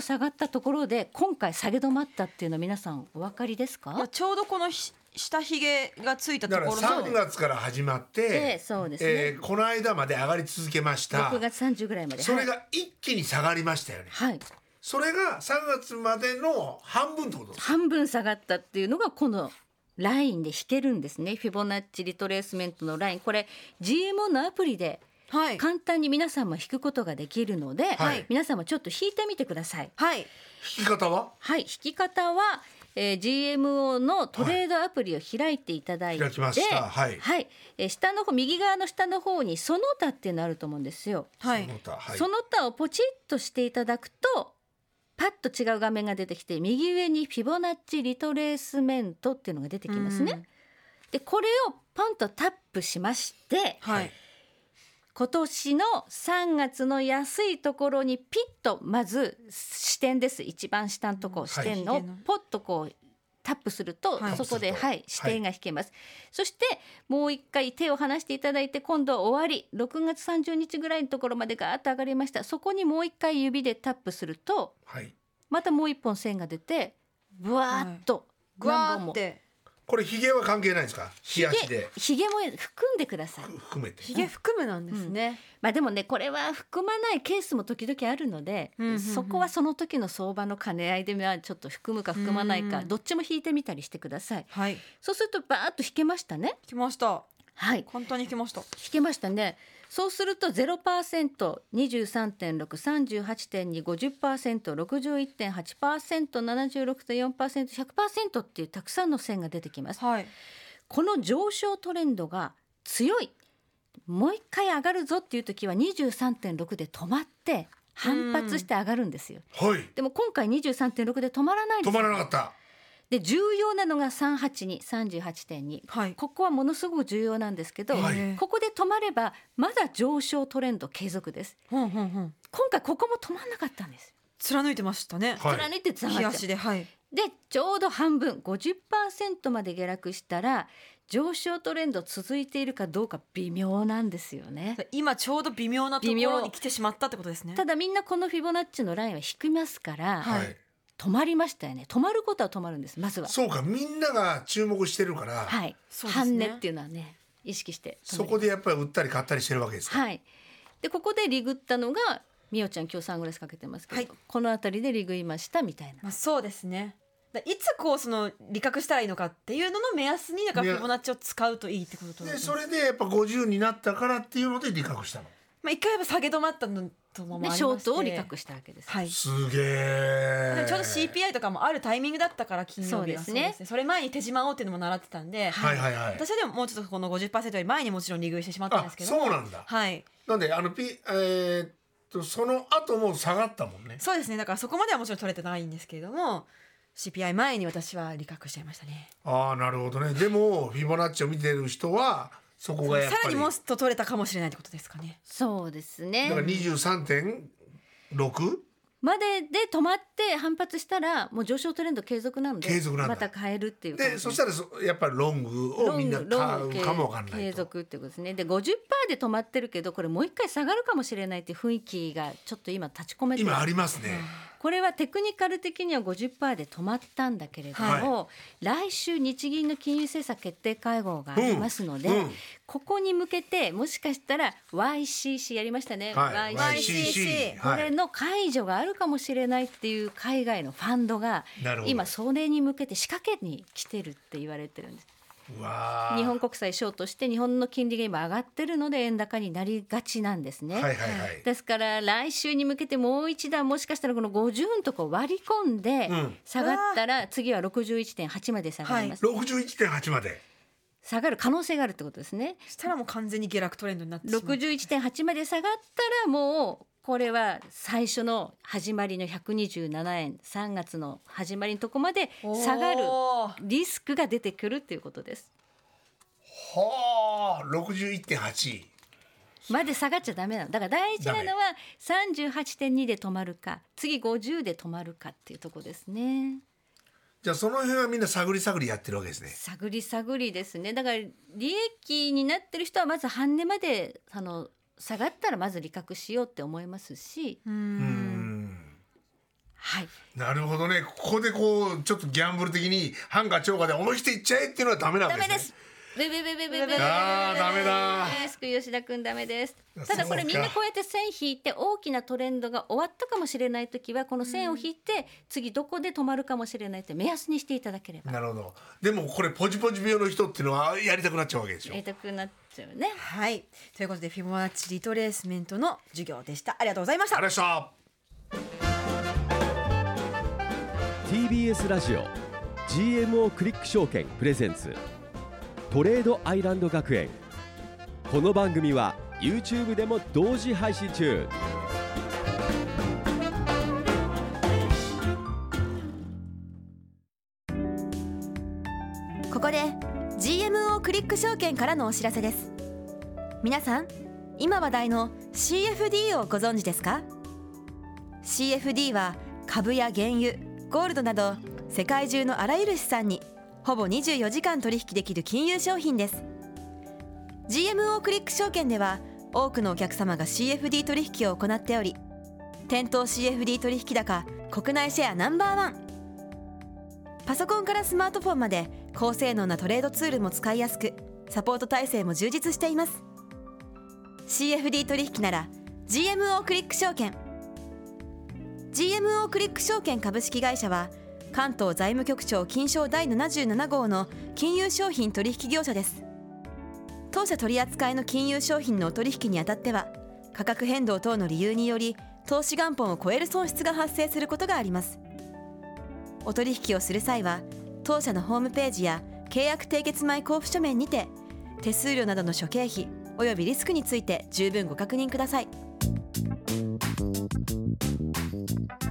[SPEAKER 4] 下がったところで今回下げ止まったっていうの皆さんお分かりです
[SPEAKER 3] いや
[SPEAKER 4] か
[SPEAKER 3] ちょうどこのひ下ひげがついたと
[SPEAKER 2] だから
[SPEAKER 3] ころの
[SPEAKER 2] 3月から始まっ
[SPEAKER 4] で
[SPEAKER 2] て、
[SPEAKER 4] そうですね、
[SPEAKER 2] えー、この間まで上がり続けました
[SPEAKER 4] 6月30ぐらいまで
[SPEAKER 2] それが一気に下がりましたよね
[SPEAKER 4] はい、はい、
[SPEAKER 2] それが3月までの半分ってことです
[SPEAKER 4] 半分下がったっていうのがこのラインで引けるんですねフィボナッチリトレースメントのラインこれ GMO のアプリで
[SPEAKER 3] はい
[SPEAKER 4] 簡単に皆さんも引くことができるので、
[SPEAKER 2] はい
[SPEAKER 4] 皆さんもちょっと引いてみてください
[SPEAKER 3] はい
[SPEAKER 2] 引き方は
[SPEAKER 4] はい、引き方は、えー GMO のトレードアプリを開いていただいて、
[SPEAKER 2] はい開きましたはい
[SPEAKER 4] えー下の方右側の下の方にその他っていうのあると思うんですよ。
[SPEAKER 3] はい
[SPEAKER 2] その他はい
[SPEAKER 4] その他をポチッとしていただくと、パッと違う画面が出てきて、右上にフィボナッチリトレースメントっていうのが出てきます
[SPEAKER 3] うん
[SPEAKER 4] ね。で、これをポンとタップしまして、
[SPEAKER 3] はい
[SPEAKER 4] 今年の3月の安いところにピッとまず視点です一番下のとこ
[SPEAKER 3] うん
[SPEAKER 4] ろ視点の
[SPEAKER 3] はい
[SPEAKER 4] ポッとこうタップすると、
[SPEAKER 3] はい
[SPEAKER 4] そこで、
[SPEAKER 2] タップすると
[SPEAKER 4] はい、視点が引けます、そしてもう一回手を離していただいて今度は終わり6月30日ぐらいのところまでガーッと上がりましたそこにもう一回指でタップすると
[SPEAKER 2] はい
[SPEAKER 4] またもう一本線が出てブワーッと
[SPEAKER 3] ぐわ
[SPEAKER 4] 何本
[SPEAKER 3] ーっ
[SPEAKER 4] も
[SPEAKER 3] て
[SPEAKER 2] これヒゲは関係ないんですか冷やしで
[SPEAKER 4] でひげも含んでください
[SPEAKER 2] 含めて
[SPEAKER 3] ひげ含むなんですね、
[SPEAKER 4] まあでもねこれは含まないケースも時々あるので、
[SPEAKER 3] うんうんうん
[SPEAKER 4] そこはその時の相場の兼ね合いでまあちょっと含むか含まないか、
[SPEAKER 3] うん
[SPEAKER 4] どっちも引いてみたりしてください
[SPEAKER 3] はい
[SPEAKER 4] そうするとバーッと引けましたね
[SPEAKER 3] 来ました
[SPEAKER 4] はい
[SPEAKER 3] 簡単に来ました
[SPEAKER 4] 引けましたねそうすると 0%23.638.250%61.8%76.4%100% っていうたくさんの線が出てきます
[SPEAKER 3] はい
[SPEAKER 4] この上昇トレンドが強いもう一回上がるぞっていう時は23.6で止まって反発して上がるんですよ、
[SPEAKER 2] はい
[SPEAKER 4] でも今回23.6で止まらないで
[SPEAKER 2] 止
[SPEAKER 4] す
[SPEAKER 2] まらなかった
[SPEAKER 4] で重要なのが38238.2
[SPEAKER 3] はい
[SPEAKER 4] ここはものすごく重要なんですけど、
[SPEAKER 2] はい
[SPEAKER 3] えー
[SPEAKER 4] ここで止まればまだ上昇トレンド継続です
[SPEAKER 3] うんうんうん
[SPEAKER 4] 今回ここも止まんなかったんです
[SPEAKER 3] 貫いてましたね
[SPEAKER 2] はい
[SPEAKER 4] 貫いてつながっ
[SPEAKER 3] 冷
[SPEAKER 4] ちゃ
[SPEAKER 3] や
[SPEAKER 4] う
[SPEAKER 3] しではい
[SPEAKER 4] でちょうど半分50%まで下落したら上昇トレンド続いているかどうか微妙なんですよね。
[SPEAKER 3] 今ちょうど微妙なとこ
[SPEAKER 4] 微
[SPEAKER 3] ろ
[SPEAKER 4] 妙
[SPEAKER 3] に来てしまったってことですね
[SPEAKER 4] ただみんなこのフィボナッチのラインは引きますから、
[SPEAKER 3] はい
[SPEAKER 4] 止まりましたよね止まることは止まるんですまずは、
[SPEAKER 2] そうかみんなが注目してるから、
[SPEAKER 4] はい
[SPEAKER 3] そうです
[SPEAKER 4] 半
[SPEAKER 3] ね
[SPEAKER 4] 値っていうのはね意識して止
[SPEAKER 2] そ
[SPEAKER 4] める
[SPEAKER 2] こでやっぱり売ったり買ったりしてるわけですか、
[SPEAKER 4] はいでここでリグったのがみおちゃん今日サングラスかけてますけど、
[SPEAKER 3] はい
[SPEAKER 4] この辺りでリグいましたみたいな
[SPEAKER 3] まあそうですねだいつこうその理覚したらいいのかっていうのの目安にだから
[SPEAKER 2] い
[SPEAKER 3] フ
[SPEAKER 2] や
[SPEAKER 3] ィボナッチを使うといいってこと
[SPEAKER 2] で
[SPEAKER 3] です
[SPEAKER 2] そ
[SPEAKER 3] ね
[SPEAKER 2] れでやっぱ50になったからっていうので利確したの
[SPEAKER 3] まあ一回やっぱ下げ止まったのともあり
[SPEAKER 4] で
[SPEAKER 3] まして
[SPEAKER 4] ショートを理覚したわけです、
[SPEAKER 3] はい
[SPEAKER 2] すげえ
[SPEAKER 3] でちょうど CPI とかもあるタイミングだったから金曜日は
[SPEAKER 4] そうですね
[SPEAKER 3] それ前に手島をっていうのも習ってたんで、
[SPEAKER 2] はいはいはい
[SPEAKER 3] 私はでももうちょっとこの50%より前にもちろん利食いしてしまったんで
[SPEAKER 2] あ
[SPEAKER 3] すけど
[SPEAKER 2] そうなんだ
[SPEAKER 3] はい
[SPEAKER 2] なんであのピえーっとその後も下がったもんね
[SPEAKER 3] そうですねだからそこまではもちろん取れてないんですけれども CPI 前に私は利確しちゃいましたね
[SPEAKER 2] ああなるほどねでもフィボナッチを見てる人はそこがやっ
[SPEAKER 3] さ
[SPEAKER 2] ぱり
[SPEAKER 3] らにもっと取れたかもしれないってことですかね
[SPEAKER 4] そうです
[SPEAKER 2] だから
[SPEAKER 4] ね
[SPEAKER 2] 23.6
[SPEAKER 4] までで止まって反発したらもう上昇トレンド継続なんで
[SPEAKER 2] 継続なんだ
[SPEAKER 4] また変えるっていう感じ
[SPEAKER 2] でそしたらそやっぱりロングを
[SPEAKER 4] ロ
[SPEAKER 2] み
[SPEAKER 4] ン
[SPEAKER 2] んな
[SPEAKER 4] グ
[SPEAKER 2] 買
[SPEAKER 4] ロング
[SPEAKER 2] うかもわかんな
[SPEAKER 4] 継
[SPEAKER 2] いと
[SPEAKER 4] 続ってことですねで50%で止まってるけどこれもう一回下がるかもしれないっていう雰囲気がちょっと今立ち込めてる
[SPEAKER 2] 今ありますね
[SPEAKER 4] これはテクニカル的には50%で止まったんだけれども、来週日銀の金融政策決定会合がありますので、
[SPEAKER 2] うんうん
[SPEAKER 4] ここに向けてもしかしたら YCC やりましたね、
[SPEAKER 2] はい
[SPEAKER 3] YCC
[SPEAKER 4] こ
[SPEAKER 2] は
[SPEAKER 4] れ
[SPEAKER 2] い
[SPEAKER 4] の解除があるかもしれないっていう海外のファンドが
[SPEAKER 2] なるほど
[SPEAKER 4] 今それに向けて仕掛けに来てるって言われてるんです
[SPEAKER 2] うわー
[SPEAKER 4] 日本国債ショートして日本の金利が今上がってるので円高になりがちなんですね。
[SPEAKER 2] はいはいはい
[SPEAKER 4] ですから来週に向けてもう一段もしかしたらこの50のとこ割り込んで
[SPEAKER 2] うん
[SPEAKER 4] 下がったら次は61.8まで下がります、
[SPEAKER 2] 61.8まで
[SPEAKER 4] 下がる可能性があるってことですね
[SPEAKER 3] したらもう完全に下落トレンドになってしまう
[SPEAKER 4] 61.8まで下がったらもうこれは最初の始まりの127円3月の始まりのとこまで下がる
[SPEAKER 3] おー
[SPEAKER 4] リスクが出てくるっていうことです
[SPEAKER 2] はあ61.8
[SPEAKER 4] まで下がっちゃダメなのだから大事なのは38.2で止まるか次50で止まるかっていうとこですね
[SPEAKER 2] じゃあその辺はみんな探り探りやってるわけですね
[SPEAKER 4] 探り探りですねだから利益になってる人はまず半値まであの下がったらまず利確しようって思いますし、
[SPEAKER 3] うー
[SPEAKER 2] うんん
[SPEAKER 4] はい、
[SPEAKER 2] なるほどねここでこうちょっとギャンブル的にハンガー超過で思い切っていっちゃえっていうのはダメなわ
[SPEAKER 4] ダ
[SPEAKER 2] けで
[SPEAKER 4] メ
[SPEAKER 2] すね
[SPEAKER 4] です。べべべべべべ。
[SPEAKER 2] あーダメだ
[SPEAKER 4] ベスク吉田君ダメです
[SPEAKER 2] そう。か
[SPEAKER 4] ただこれみんなこうやって線引いて大きなトレンドが終わったかもしれない時はこの線を引いて次どこで止まるかもしれないって目安にしていただければ。
[SPEAKER 2] なるほどでもこれポジポジ病の人っていうのはやりたくなっちゃうわけでしょ
[SPEAKER 4] えたくなっちゃうね。
[SPEAKER 3] はいということでフィボナッチリトレースメントの授業でしたありがとうございました
[SPEAKER 2] ありがとうございました
[SPEAKER 1] TBS ラジオ GMO クリック証券プレゼンツトレードアイランド学園この番組は YouTube でも同時配信中
[SPEAKER 3] ここで GMO クリック証券からのお知らせです皆さん今話題の CFD をご存知ですか CFD は株や原油ゴールドなど世界中のあらゆる資産にほぼ24時間取引できる金融商品です GMO クリック証券では多くのお客様が CFD 取引を行っており店頭 CFD 取引高国内シェアナンバーワンパソコンからスマートフォンまで高性能なトレードツールも使いやすくサポート体制も充実しています CFD 取引なら GMO クリック証券 GMO クリック証券株式会社は関東財務局長金賞第77号の金融商品取引業者です当社取扱いの金融商品のお取引にあたっては価格変動等の理由により投資元本を超える損失が発生することがありますお取引をする際は当社のホームページや契約締結前交付書面にて手数料などの諸経費およびリスクについて十分ご確認ください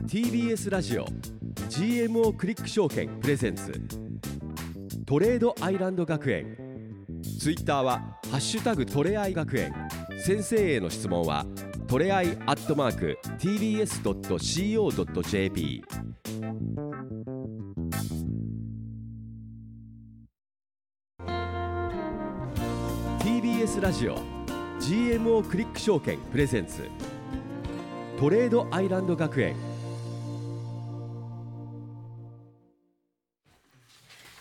[SPEAKER 1] TBS ラジオ GMO クリック証券プレゼンツトレードアイランド学園ツイッターは「ハッシュタグトレアイ学園」先生への質問はトレアイアットマーク TBS.CO.JP TBS ラジオ GMO クリック証券プレゼンツトレードアイランド学園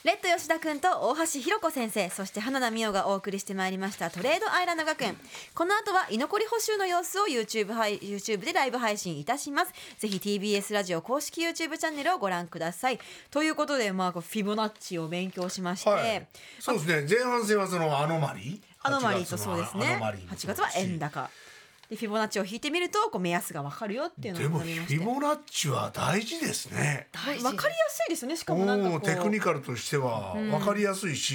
[SPEAKER 3] レッド吉田くんと大橋ひろ子先生そして花田美桜がお送りしてまいりましたトレードアイランド学園この後は居残り補修の様子を YouTube, 配 YouTube でライブ配信いたしますぜひ TBS ラジオ公式 YouTube チャンネルをご覧くださいということでまあこうフィボナッチを勉強しまして、
[SPEAKER 2] はいそうですね前半戦はそのアノマリー
[SPEAKER 3] アノマリーとそうです
[SPEAKER 2] ア
[SPEAKER 3] ね
[SPEAKER 2] ノマリーも
[SPEAKER 3] 8月は円高でフィボナッチを引いてみるとこう目安がわかるよっていう
[SPEAKER 2] で
[SPEAKER 3] の
[SPEAKER 2] も
[SPEAKER 3] が
[SPEAKER 2] フ
[SPEAKER 3] 分かりまして
[SPEAKER 2] ィボナッチは大事ですね
[SPEAKER 3] はいわかりやすいですねしかもなんかこ
[SPEAKER 2] お
[SPEAKER 3] う
[SPEAKER 2] おテクニカルとしては分かりやすいし、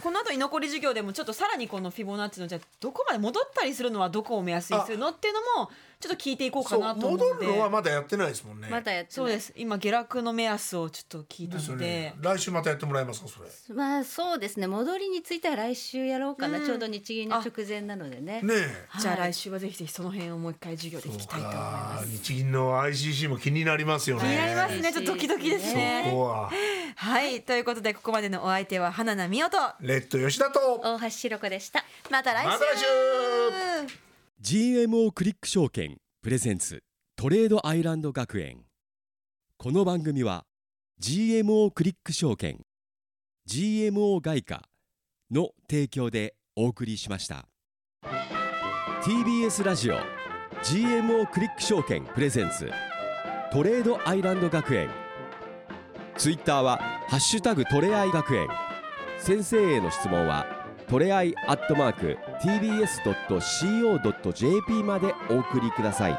[SPEAKER 3] この後居残り授業でもちょっとさらにこのフィボナッチのじゃあどこまで戻ったりするのはどこを目安にするのっていうのもちょっと聞いていこうか
[SPEAKER 2] そう
[SPEAKER 3] なと思う
[SPEAKER 2] 戻
[SPEAKER 3] の
[SPEAKER 2] る
[SPEAKER 3] で
[SPEAKER 2] のはまだやってないですもんね
[SPEAKER 4] まだやって
[SPEAKER 3] そう
[SPEAKER 4] ない
[SPEAKER 3] です今下落の目安をちょっと聞いた
[SPEAKER 2] ですよ
[SPEAKER 3] ので
[SPEAKER 2] ね来週またやってもらえますかそれ
[SPEAKER 4] まあそうですね戻りについては来週やろうかな、
[SPEAKER 3] うん
[SPEAKER 4] ちょうど日銀の直前なのでね
[SPEAKER 2] ねえ
[SPEAKER 3] じゃあ
[SPEAKER 4] はい
[SPEAKER 3] 来週はぜひぜひその辺をもう一回授業で聞きたいと思いま
[SPEAKER 2] そうか
[SPEAKER 3] す
[SPEAKER 2] 日銀の ICC も気になりますよね
[SPEAKER 3] 気になりますねちょっとドキドキですね
[SPEAKER 2] そこは
[SPEAKER 3] はいということでここまでのお相手は花奈美音と
[SPEAKER 2] レッド吉田と
[SPEAKER 4] 大橋ひろ子でした
[SPEAKER 3] また来週,、
[SPEAKER 2] また来週
[SPEAKER 1] GMO クリック証券プレゼンツトレードアイランド学園この番組は GMO クリック証券 GMO 外貨の提供でお送りしました TBS ラジオ GMO クリック証券プレゼンツトレードアイランド学園ツイッターは「ハッシュタグトレアイ学園」先生への質問はトレアイアットマーク TBS.CO.JP までお送りください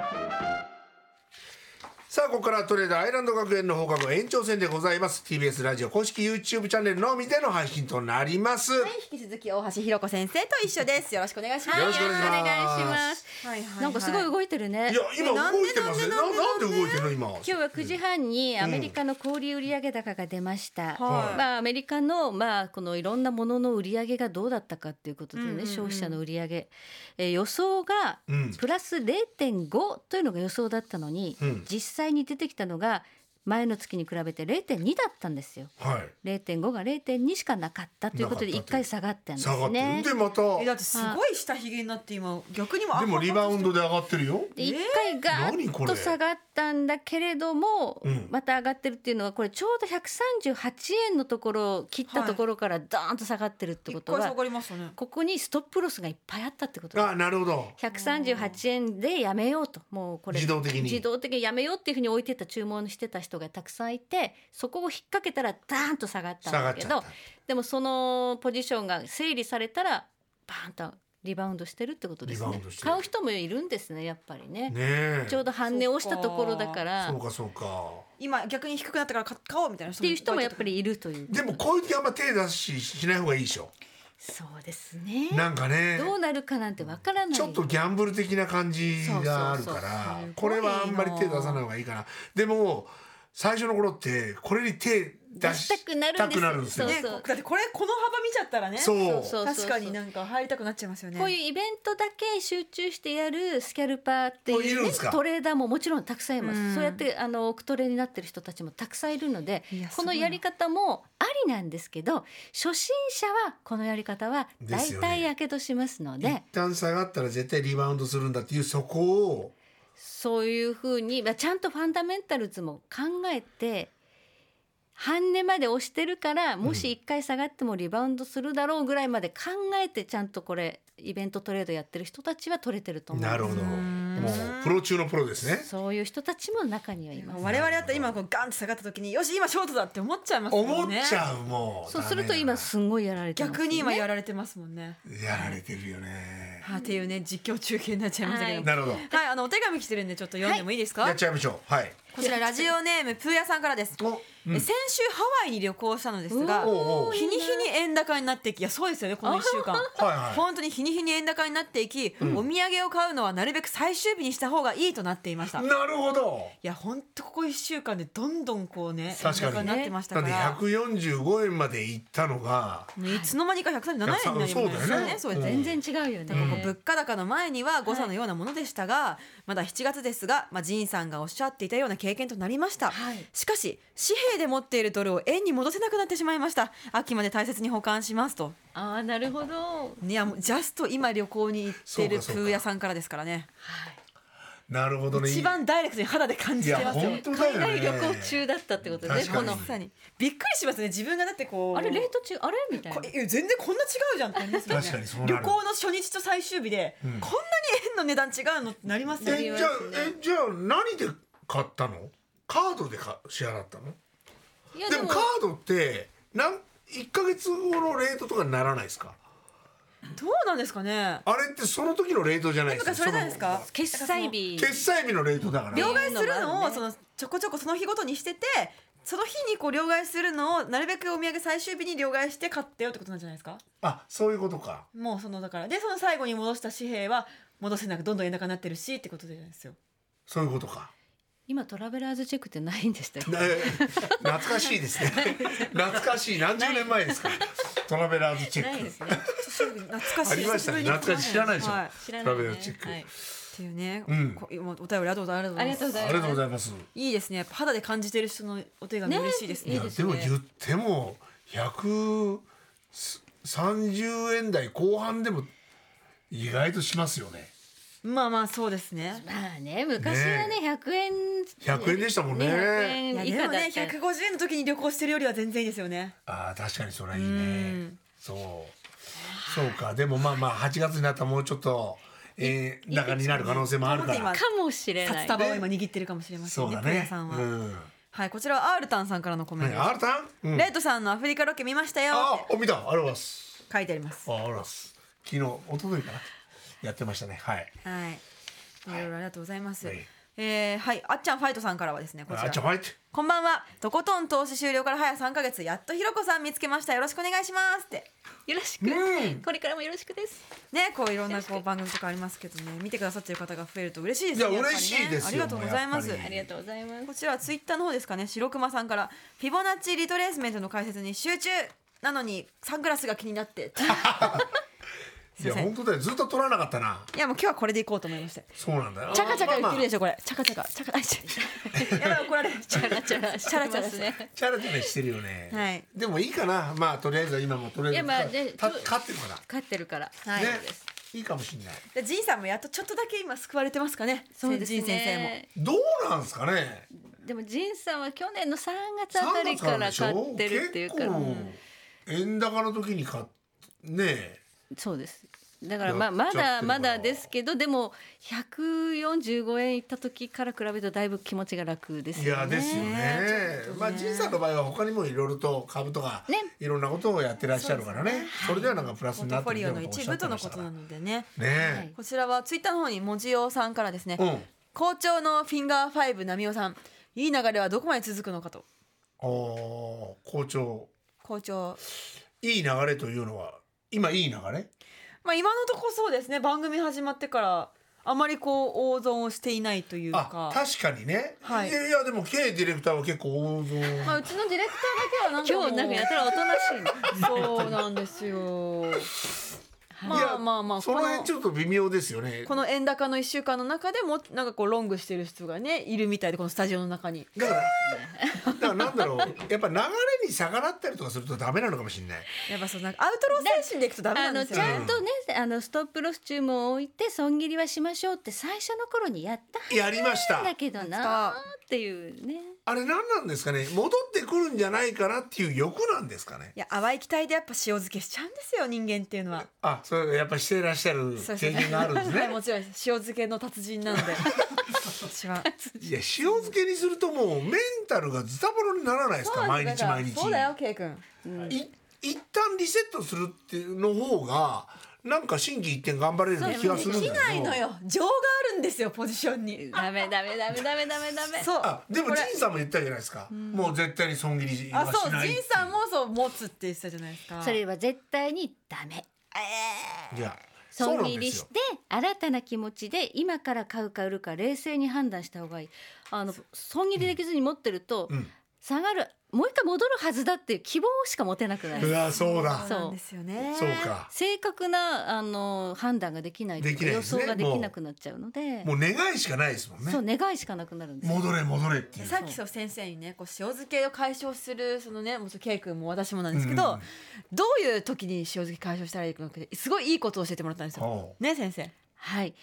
[SPEAKER 2] さあここからトレードアイランド学園の放課後延長戦でございます TBS ラジオ公式 YouTube チャンネルのみでの配信となります、
[SPEAKER 3] 引き続き大橋ひろ子先生と一緒ですよろしくお願いします、
[SPEAKER 2] よろしくお願いします
[SPEAKER 4] す
[SPEAKER 3] はいはいはい
[SPEAKER 4] なんかすごい動いてる
[SPEAKER 2] い
[SPEAKER 4] ね
[SPEAKER 2] や今動いてますねな
[SPEAKER 3] なんで
[SPEAKER 2] なんで
[SPEAKER 3] なんで
[SPEAKER 2] 動いてるの今
[SPEAKER 4] 今日は9時半にアメリカの小売売上高が出まし
[SPEAKER 3] は
[SPEAKER 4] た、
[SPEAKER 3] い
[SPEAKER 4] まあ、アメリカの,、まあこのいろんなものの売り上げがどうだったかっていうことでね、
[SPEAKER 3] うんうんうん
[SPEAKER 4] 消費者の売り上げ、えー予想が
[SPEAKER 2] うん
[SPEAKER 4] プラス0.5というのが予想だったのに、
[SPEAKER 2] うん
[SPEAKER 4] 実際に出てきたのが前の月に比べて0.2だったんですよ。
[SPEAKER 2] はい
[SPEAKER 4] 0.5が0.2しかなかったということで
[SPEAKER 2] なか
[SPEAKER 4] 一
[SPEAKER 2] ったという
[SPEAKER 4] 回下がったんで
[SPEAKER 2] 下が
[SPEAKER 4] す
[SPEAKER 2] ってる
[SPEAKER 4] ね
[SPEAKER 2] で。また
[SPEAKER 3] えだってすごい下ひげになって今逆にも
[SPEAKER 2] でもリバウンド
[SPEAKER 3] で
[SPEAKER 2] で上がってるよ
[SPEAKER 4] で一回ガー
[SPEAKER 2] 何これ
[SPEAKER 4] ッと下がったんだけれども、
[SPEAKER 2] うん
[SPEAKER 4] また上がってるっていうのはこれちょうど138円のところを切ったところからダーンと下がってるってこと
[SPEAKER 3] 一回
[SPEAKER 4] は、
[SPEAKER 3] 下がりましたね
[SPEAKER 4] ここにストップロスがいっぱいあったってこと
[SPEAKER 2] あなるほど
[SPEAKER 4] 138円でやめようともうこれ
[SPEAKER 2] 自動的に
[SPEAKER 4] 自動的にやめようっていうふうに置いてた注文してた人がたくさんいてそこを引っ掛けたらダーンと下がったん
[SPEAKER 2] 下が
[SPEAKER 4] だ
[SPEAKER 2] っ
[SPEAKER 4] け
[SPEAKER 2] ちゃっ
[SPEAKER 4] どでもそのポジションが整理されたらバーンとリバウンドしてるってことです
[SPEAKER 2] リバウ
[SPEAKER 4] ね
[SPEAKER 2] ンドしてる
[SPEAKER 4] 買う人もいるんですねやっぱり
[SPEAKER 2] た
[SPEAKER 4] ね
[SPEAKER 2] ねえ
[SPEAKER 4] ちょうど半値を押したところだから
[SPEAKER 2] そう
[SPEAKER 4] っ
[SPEAKER 2] かそうか
[SPEAKER 3] 今逆に低くなったから買買おうみたいなって
[SPEAKER 4] いう人もやっぱりいるという
[SPEAKER 2] でもこういう時あんま手出ししない方がいいでしょ
[SPEAKER 4] そうですね
[SPEAKER 2] なんかね
[SPEAKER 4] どうなるかなんてわからない
[SPEAKER 2] ちょっとギャンブル的な感じがあるか
[SPEAKER 4] そうそうそう
[SPEAKER 2] らこれはあんまり手出さない方がいいかなでも最初の頃ってこれに手出したくなるんですよ
[SPEAKER 4] 出
[SPEAKER 3] ね
[SPEAKER 4] しそうそう
[SPEAKER 3] だってこれこの幅見ちゃったらね
[SPEAKER 2] そう
[SPEAKER 4] そうそうそう
[SPEAKER 3] 確かになんか入りたくなっちゃいますよね
[SPEAKER 4] こういうイベントだけ集中してやるスキャルパーって
[SPEAKER 2] あい
[SPEAKER 4] い
[SPEAKER 2] る
[SPEAKER 4] うんね、
[SPEAKER 2] ですか
[SPEAKER 4] トレーダーももちろんたくさんいます、
[SPEAKER 3] うん
[SPEAKER 4] そうやってあのオクトレになってる人たちもたくさんいるので
[SPEAKER 3] いや
[SPEAKER 4] この
[SPEAKER 3] すごい
[SPEAKER 4] やり方もありなんですけど初心者はこのやり方は
[SPEAKER 2] です
[SPEAKER 4] 大
[SPEAKER 2] よね
[SPEAKER 4] 体やけどしますので
[SPEAKER 2] 一旦下がったら絶対リバウンドするんだっていうそこを
[SPEAKER 4] そういうふうに、まあ、ちゃんとファンダメンタルズも考えて半値まで押してるからもし1回下がってもリバウンドするだろうぐらいまで考えてちゃんとこれイベントトレードやってる人たちは取れてると思うんです
[SPEAKER 2] なるほど
[SPEAKER 3] ん
[SPEAKER 2] もうプロ中のプロですね
[SPEAKER 4] そういう人たちも中にはいます。
[SPEAKER 3] 我々だったら今こうガンって下がった時によし今ショートだって思っちゃいますもんね
[SPEAKER 2] 思っちゃうもう
[SPEAKER 4] そうすると今すんごいやられてますよ
[SPEAKER 3] 逆に今やられてますもんね
[SPEAKER 2] やられてるよね
[SPEAKER 3] はあっていうね実況中継になっちゃいましたけども
[SPEAKER 2] なるほど
[SPEAKER 3] はい、あのお手紙来てるんでちょっと読んでもいいですか、
[SPEAKER 2] やっちゃいましょうはい
[SPEAKER 3] こちらラジオネームプーヤさんからです、
[SPEAKER 2] おうん
[SPEAKER 3] え先週ハワイに旅行したのですが
[SPEAKER 2] おうおう
[SPEAKER 3] 日に日に円高になっていきいやそうですよねこの1週間
[SPEAKER 2] はいは
[SPEAKER 3] 本当に日に日に円高になっていき、お土産を買うのはなるべく最終日にした方がいいとなっていました
[SPEAKER 2] い
[SPEAKER 3] い
[SPEAKER 2] なるほど
[SPEAKER 3] や本当ここ1週間でどんどんこうね円
[SPEAKER 2] 確かに
[SPEAKER 3] 高になってました
[SPEAKER 2] だ
[SPEAKER 3] か
[SPEAKER 2] って
[SPEAKER 3] ら
[SPEAKER 2] 145円まで行ったのが
[SPEAKER 3] もういつの間にか137円になりましたよね
[SPEAKER 2] いやそうだよね
[SPEAKER 3] そうですね
[SPEAKER 4] 全然違うよね。
[SPEAKER 3] 物価高の前には誤差のようなものでしたが、まだ7月ですが、まあ、ジンさんがおっしゃっていたような経験となりました、
[SPEAKER 4] はい
[SPEAKER 3] しかし紙幣で持っているドルを円に戻せなくなってしまいました秋まで大切に保管しますと
[SPEAKER 4] ああなるほど。
[SPEAKER 3] いやもうジャスト今旅行に行ってる
[SPEAKER 2] そうか
[SPEAKER 3] プ
[SPEAKER 2] そうか
[SPEAKER 3] ーヤさんからですからね
[SPEAKER 2] なるほどね
[SPEAKER 3] 一番ダイレクトに肌で感
[SPEAKER 2] い
[SPEAKER 3] じて
[SPEAKER 2] や
[SPEAKER 3] ますよ
[SPEAKER 2] 本当だ
[SPEAKER 4] 海
[SPEAKER 2] よね
[SPEAKER 4] 外旅行中だったってことで
[SPEAKER 2] 確
[SPEAKER 4] ね。
[SPEAKER 2] か
[SPEAKER 4] こ
[SPEAKER 2] に
[SPEAKER 4] の
[SPEAKER 3] まさにびっくりしますね自分がだってこう
[SPEAKER 4] あれレート中あれみたい
[SPEAKER 3] こ
[SPEAKER 4] な。
[SPEAKER 3] え全然こんな違うじゃんってなりますよね
[SPEAKER 2] 確かにそうなる
[SPEAKER 3] 旅行の初日と最終日で、
[SPEAKER 2] ん
[SPEAKER 3] こんなに円の値段違うのってなりますよね
[SPEAKER 2] えじゃあえじゃあ何で買ったのカードでか支払ったの
[SPEAKER 4] いや
[SPEAKER 2] でもカードってなん1か月後のレートとかにならないですか
[SPEAKER 3] どうなんですかね
[SPEAKER 2] あれってその時のレートじゃない
[SPEAKER 3] な
[SPEAKER 2] で
[SPEAKER 3] ん
[SPEAKER 2] すか
[SPEAKER 3] かそれなんですか
[SPEAKER 4] 決済日。
[SPEAKER 2] 決済日のレートだから
[SPEAKER 3] 両替するのを
[SPEAKER 4] ね
[SPEAKER 3] そのちょこちょこその日ごとにしててその日にこう両替するのをなるべくお土産最終日に両替して買ってよってことなんじゃないですか
[SPEAKER 2] あそういうことか
[SPEAKER 3] もうそのだからでその最後に戻した紙幣は戻せなくどんどん円高になってるしってことじゃないですよ。
[SPEAKER 2] そういうことか。
[SPEAKER 4] 今トラベラーズチェックってないんでしたっけ
[SPEAKER 2] ね懐かしいですね。懐かしい何十年前ですか。トラベラーズチェ
[SPEAKER 4] ない
[SPEAKER 2] ッ
[SPEAKER 4] で
[SPEAKER 2] ク。
[SPEAKER 4] すね
[SPEAKER 3] 懐かしい。
[SPEAKER 2] ありましたね。懐かしい知らないでしょ。
[SPEAKER 3] はい
[SPEAKER 4] 知ら
[SPEAKER 2] ト
[SPEAKER 4] な
[SPEAKER 2] ラ
[SPEAKER 4] いね
[SPEAKER 2] ベラーズチェック。
[SPEAKER 4] はい
[SPEAKER 3] っていうね、
[SPEAKER 2] うん
[SPEAKER 3] こ今お便りありがとうございます。
[SPEAKER 4] ありがとうござい
[SPEAKER 2] あ
[SPEAKER 4] ます
[SPEAKER 2] りがとうございます。
[SPEAKER 3] いいですね。やっぱ肌で感じてる人のお手紙
[SPEAKER 4] ね
[SPEAKER 3] 嬉しいです
[SPEAKER 2] い
[SPEAKER 3] ね。
[SPEAKER 4] い
[SPEAKER 2] や
[SPEAKER 4] いです
[SPEAKER 2] で
[SPEAKER 4] ね
[SPEAKER 2] も言っても百三十円台後半でも意外としますよね。
[SPEAKER 3] まあまあそうですね。
[SPEAKER 4] まあね昔はね100円
[SPEAKER 2] 100円でしたもんね
[SPEAKER 4] 100
[SPEAKER 3] いや
[SPEAKER 4] 円
[SPEAKER 3] で
[SPEAKER 4] 以下だ
[SPEAKER 3] も
[SPEAKER 4] った
[SPEAKER 3] ね、150円の時に旅行してるよりは全然いいですよね。
[SPEAKER 2] ああ確かにそれはいいうね
[SPEAKER 3] ん。
[SPEAKER 2] そうそうかでもまあまあ八月になったらもうちょっと円高になる可能性もあるか
[SPEAKER 3] いいです
[SPEAKER 2] ら
[SPEAKER 3] ね。
[SPEAKER 4] かもしれな
[SPEAKER 3] 札
[SPEAKER 4] い
[SPEAKER 3] 束を今握ってるかもしれません
[SPEAKER 2] そう
[SPEAKER 3] ね。
[SPEAKER 2] だ
[SPEAKER 3] プレ
[SPEAKER 2] ね
[SPEAKER 3] イ。さんは、
[SPEAKER 2] うん。
[SPEAKER 3] はい、こちらはアールタンさんからのコメント
[SPEAKER 2] ね
[SPEAKER 3] です。
[SPEAKER 2] アルタン？うん
[SPEAKER 3] レッドさんのアフリカロケ見ましたよっ
[SPEAKER 2] あ
[SPEAKER 3] て
[SPEAKER 2] あ見たありがとうございます。
[SPEAKER 3] 書いてあります。
[SPEAKER 2] あありがとうございます。昨日一昨日かなやってましたね。はい。
[SPEAKER 3] はい。いろいろありがとうございます。
[SPEAKER 2] はい
[SPEAKER 3] えーはい、あっちゃんファイトさんからはですね、こち
[SPEAKER 2] あ
[SPEAKER 3] ら
[SPEAKER 2] じゃ。あファイト。
[SPEAKER 3] こんばんは。とことん投資終了から早3ヶ月、やっとひろこさん見つけました。よろしくお願いしますって。
[SPEAKER 4] よろしく
[SPEAKER 2] うん
[SPEAKER 4] これからもよろしくです
[SPEAKER 3] ね、こういろんなこう番組とかありますけどね、見てくださってる方が増えると嬉しいです
[SPEAKER 2] い
[SPEAKER 3] ね。
[SPEAKER 2] や
[SPEAKER 3] っぱりね
[SPEAKER 2] 嬉しいですよ
[SPEAKER 3] ありがとうございま
[SPEAKER 2] も
[SPEAKER 3] す
[SPEAKER 2] うやっぱ。り
[SPEAKER 4] ありがとうございます
[SPEAKER 3] こちらはツイッターの方ですかね、白熊さんからフィボナッチリトレースメントの解説に集中なのにサングラスが気に なって。
[SPEAKER 2] いや
[SPEAKER 3] すいません
[SPEAKER 2] 本当だよずっと取らなかったな。
[SPEAKER 3] いやもう今日はこれでいこうと思いました。
[SPEAKER 2] そうなんだよ。
[SPEAKER 3] チャカチャカ言ってるで
[SPEAKER 2] し
[SPEAKER 3] しょこれ。チャカチャカチャカ。あちゃやばい怒られる。チャ
[SPEAKER 4] チャラチャラ
[SPEAKER 3] チャラチャラ
[SPEAKER 4] し
[SPEAKER 3] してて
[SPEAKER 4] ま
[SPEAKER 3] ます
[SPEAKER 4] ね
[SPEAKER 2] ょ。チャラチャラしてるよね。
[SPEAKER 3] はい
[SPEAKER 2] でもいいかな。まあとりあえずは今もとりあえず
[SPEAKER 4] いやまあね
[SPEAKER 2] た
[SPEAKER 4] ちょ
[SPEAKER 2] 勝ってるから。
[SPEAKER 4] 勝ってるから
[SPEAKER 3] はい
[SPEAKER 2] ね
[SPEAKER 4] そうです。
[SPEAKER 2] いいかもしれない。
[SPEAKER 3] でジンさんもやっとちょっとだけ今救われてますかね。
[SPEAKER 4] そうですね
[SPEAKER 3] ジン先生も。
[SPEAKER 2] どうなんですかね。
[SPEAKER 4] でも仁さんは去年の3月あたりから買ってるっていうか
[SPEAKER 2] 三月らでしょ結
[SPEAKER 4] ら
[SPEAKER 2] 構円高の時に買っねえ。
[SPEAKER 4] そうですだからまあ
[SPEAKER 2] やっ
[SPEAKER 4] ま
[SPEAKER 2] ちゃってる
[SPEAKER 4] だ
[SPEAKER 2] から
[SPEAKER 4] まだですけどでも145円いった時から比べるとだいぶ気持ちが楽です
[SPEAKER 2] い
[SPEAKER 4] よね
[SPEAKER 2] やですよね
[SPEAKER 3] ちょっとね
[SPEAKER 2] まあ仁さんの場合は他にもいろいろと株とか、
[SPEAKER 4] ね
[SPEAKER 2] いろんなことをやってらっしゃるからねそれではなんかプラス
[SPEAKER 3] ポ
[SPEAKER 2] に
[SPEAKER 3] ー
[SPEAKER 2] なっ
[SPEAKER 3] トフォ
[SPEAKER 2] てる
[SPEAKER 3] リ
[SPEAKER 2] よ
[SPEAKER 3] オ
[SPEAKER 2] うなこ
[SPEAKER 3] の
[SPEAKER 2] とをおっ
[SPEAKER 3] 一
[SPEAKER 2] しゃっ
[SPEAKER 3] 部
[SPEAKER 2] て
[SPEAKER 3] と
[SPEAKER 2] ま
[SPEAKER 3] の
[SPEAKER 2] した
[SPEAKER 3] こ
[SPEAKER 2] か
[SPEAKER 3] と
[SPEAKER 2] ら
[SPEAKER 3] な
[SPEAKER 2] ね
[SPEAKER 3] のでね。
[SPEAKER 2] え、
[SPEAKER 3] こちらはツイッターの方にもじおさんからですね。
[SPEAKER 2] うん
[SPEAKER 3] 好調のフィンガーファイブなみおさん。いい流れはどこまで続くのかと。
[SPEAKER 2] おー好調
[SPEAKER 3] 好調。
[SPEAKER 2] いい流れというのは今いい流れ
[SPEAKER 3] まあ今のとこそうですね。番組始まってからあまりこう大損をしていないという
[SPEAKER 2] あ
[SPEAKER 3] か。
[SPEAKER 2] 確かにね、
[SPEAKER 3] はい
[SPEAKER 2] いやいやでも K ディレクターは結構王道、
[SPEAKER 3] まあうちのディレクターだけはなんかもう
[SPEAKER 4] 今日なんかやたらおとなしいね
[SPEAKER 3] そうなんです よ。まあまあまあ
[SPEAKER 2] そ
[SPEAKER 3] こ
[SPEAKER 2] の辺
[SPEAKER 3] の
[SPEAKER 2] ちょっと微妙ですよね
[SPEAKER 3] この円高の一週間の中でもなんかこうロングしてる人がねいるみたいでこのスタジオの中に。
[SPEAKER 2] だからだからなんだろうやっぱ流れに逆らったりとかするとダメなのかもしれない
[SPEAKER 3] やっぱそうなんかアウトロー精神でいくとダメ
[SPEAKER 4] あ
[SPEAKER 3] なん
[SPEAKER 4] の
[SPEAKER 3] です
[SPEAKER 4] ち
[SPEAKER 3] よね。
[SPEAKER 4] ゃんとねあのストップロス注文を置いて損切りはしましょうって最初の頃にやったは
[SPEAKER 2] やりました
[SPEAKER 4] ずだけどなーっていうね
[SPEAKER 2] あれ何なんですかね戻ってくるんじゃないかなっていう欲なんですかね
[SPEAKER 3] いや淡い期待でやっぱ塩漬けしちゃうんですよ人間っていうのは。
[SPEAKER 2] あ、そうやっぱしてらっしゃる
[SPEAKER 3] そうです
[SPEAKER 2] 経
[SPEAKER 3] ね
[SPEAKER 2] 験があるんです
[SPEAKER 3] はい
[SPEAKER 2] ね
[SPEAKER 3] もちろんです塩漬けの達人なので。私はい
[SPEAKER 2] や塩漬けにするともうメンタルがズタボロにならないですか毎日毎日
[SPEAKER 3] そうだよ K 君。
[SPEAKER 2] い一旦リセットするっていうの方がなんか心機一転頑張れる気がするんだけ
[SPEAKER 3] でき
[SPEAKER 2] ど
[SPEAKER 3] ないのよ情があるんですよポジションに。
[SPEAKER 4] ダメダメダメダメダメダメ
[SPEAKER 3] そう。
[SPEAKER 2] あでも
[SPEAKER 3] これ
[SPEAKER 2] 仁さんも言ったじゃないですかもう絶対に損切り
[SPEAKER 3] あ
[SPEAKER 2] は
[SPEAKER 3] そ
[SPEAKER 2] し
[SPEAKER 3] う
[SPEAKER 2] ない
[SPEAKER 3] 仁さんもそう持つって言ってたじゃないですか。
[SPEAKER 4] それは絶対にダメ
[SPEAKER 2] いやそう
[SPEAKER 4] 損
[SPEAKER 2] なん
[SPEAKER 4] 切
[SPEAKER 2] で
[SPEAKER 4] り
[SPEAKER 2] すよ
[SPEAKER 4] して新たな気持ちで今から買うか売るか冷静に判断した方がいいあの損切りできずに持ってると、
[SPEAKER 2] うん
[SPEAKER 4] 下がるもう一回戻るはずだっていう希望しか持てなくな
[SPEAKER 2] う
[SPEAKER 4] る
[SPEAKER 2] わそうだ
[SPEAKER 3] そう
[SPEAKER 4] そう
[SPEAKER 3] なんですよね。
[SPEAKER 2] そうか
[SPEAKER 4] 正確なあの判断ができないというか
[SPEAKER 2] できない
[SPEAKER 4] 予
[SPEAKER 2] ですね
[SPEAKER 4] 想ができなくなっちゃうので
[SPEAKER 2] もう願いしかないですもんね
[SPEAKER 4] そう願いしかなくなるんですよ
[SPEAKER 2] 戻れ戻れっていう
[SPEAKER 3] さっきそう先生にねこう塩漬けを解消するそのねもちろん K 君も私もなんですけど、
[SPEAKER 2] うん
[SPEAKER 3] どういう時に塩漬け解消したらいいのかすごいいいことを教えてもらったんですよ。
[SPEAKER 2] おう
[SPEAKER 3] ね先生。
[SPEAKER 4] はい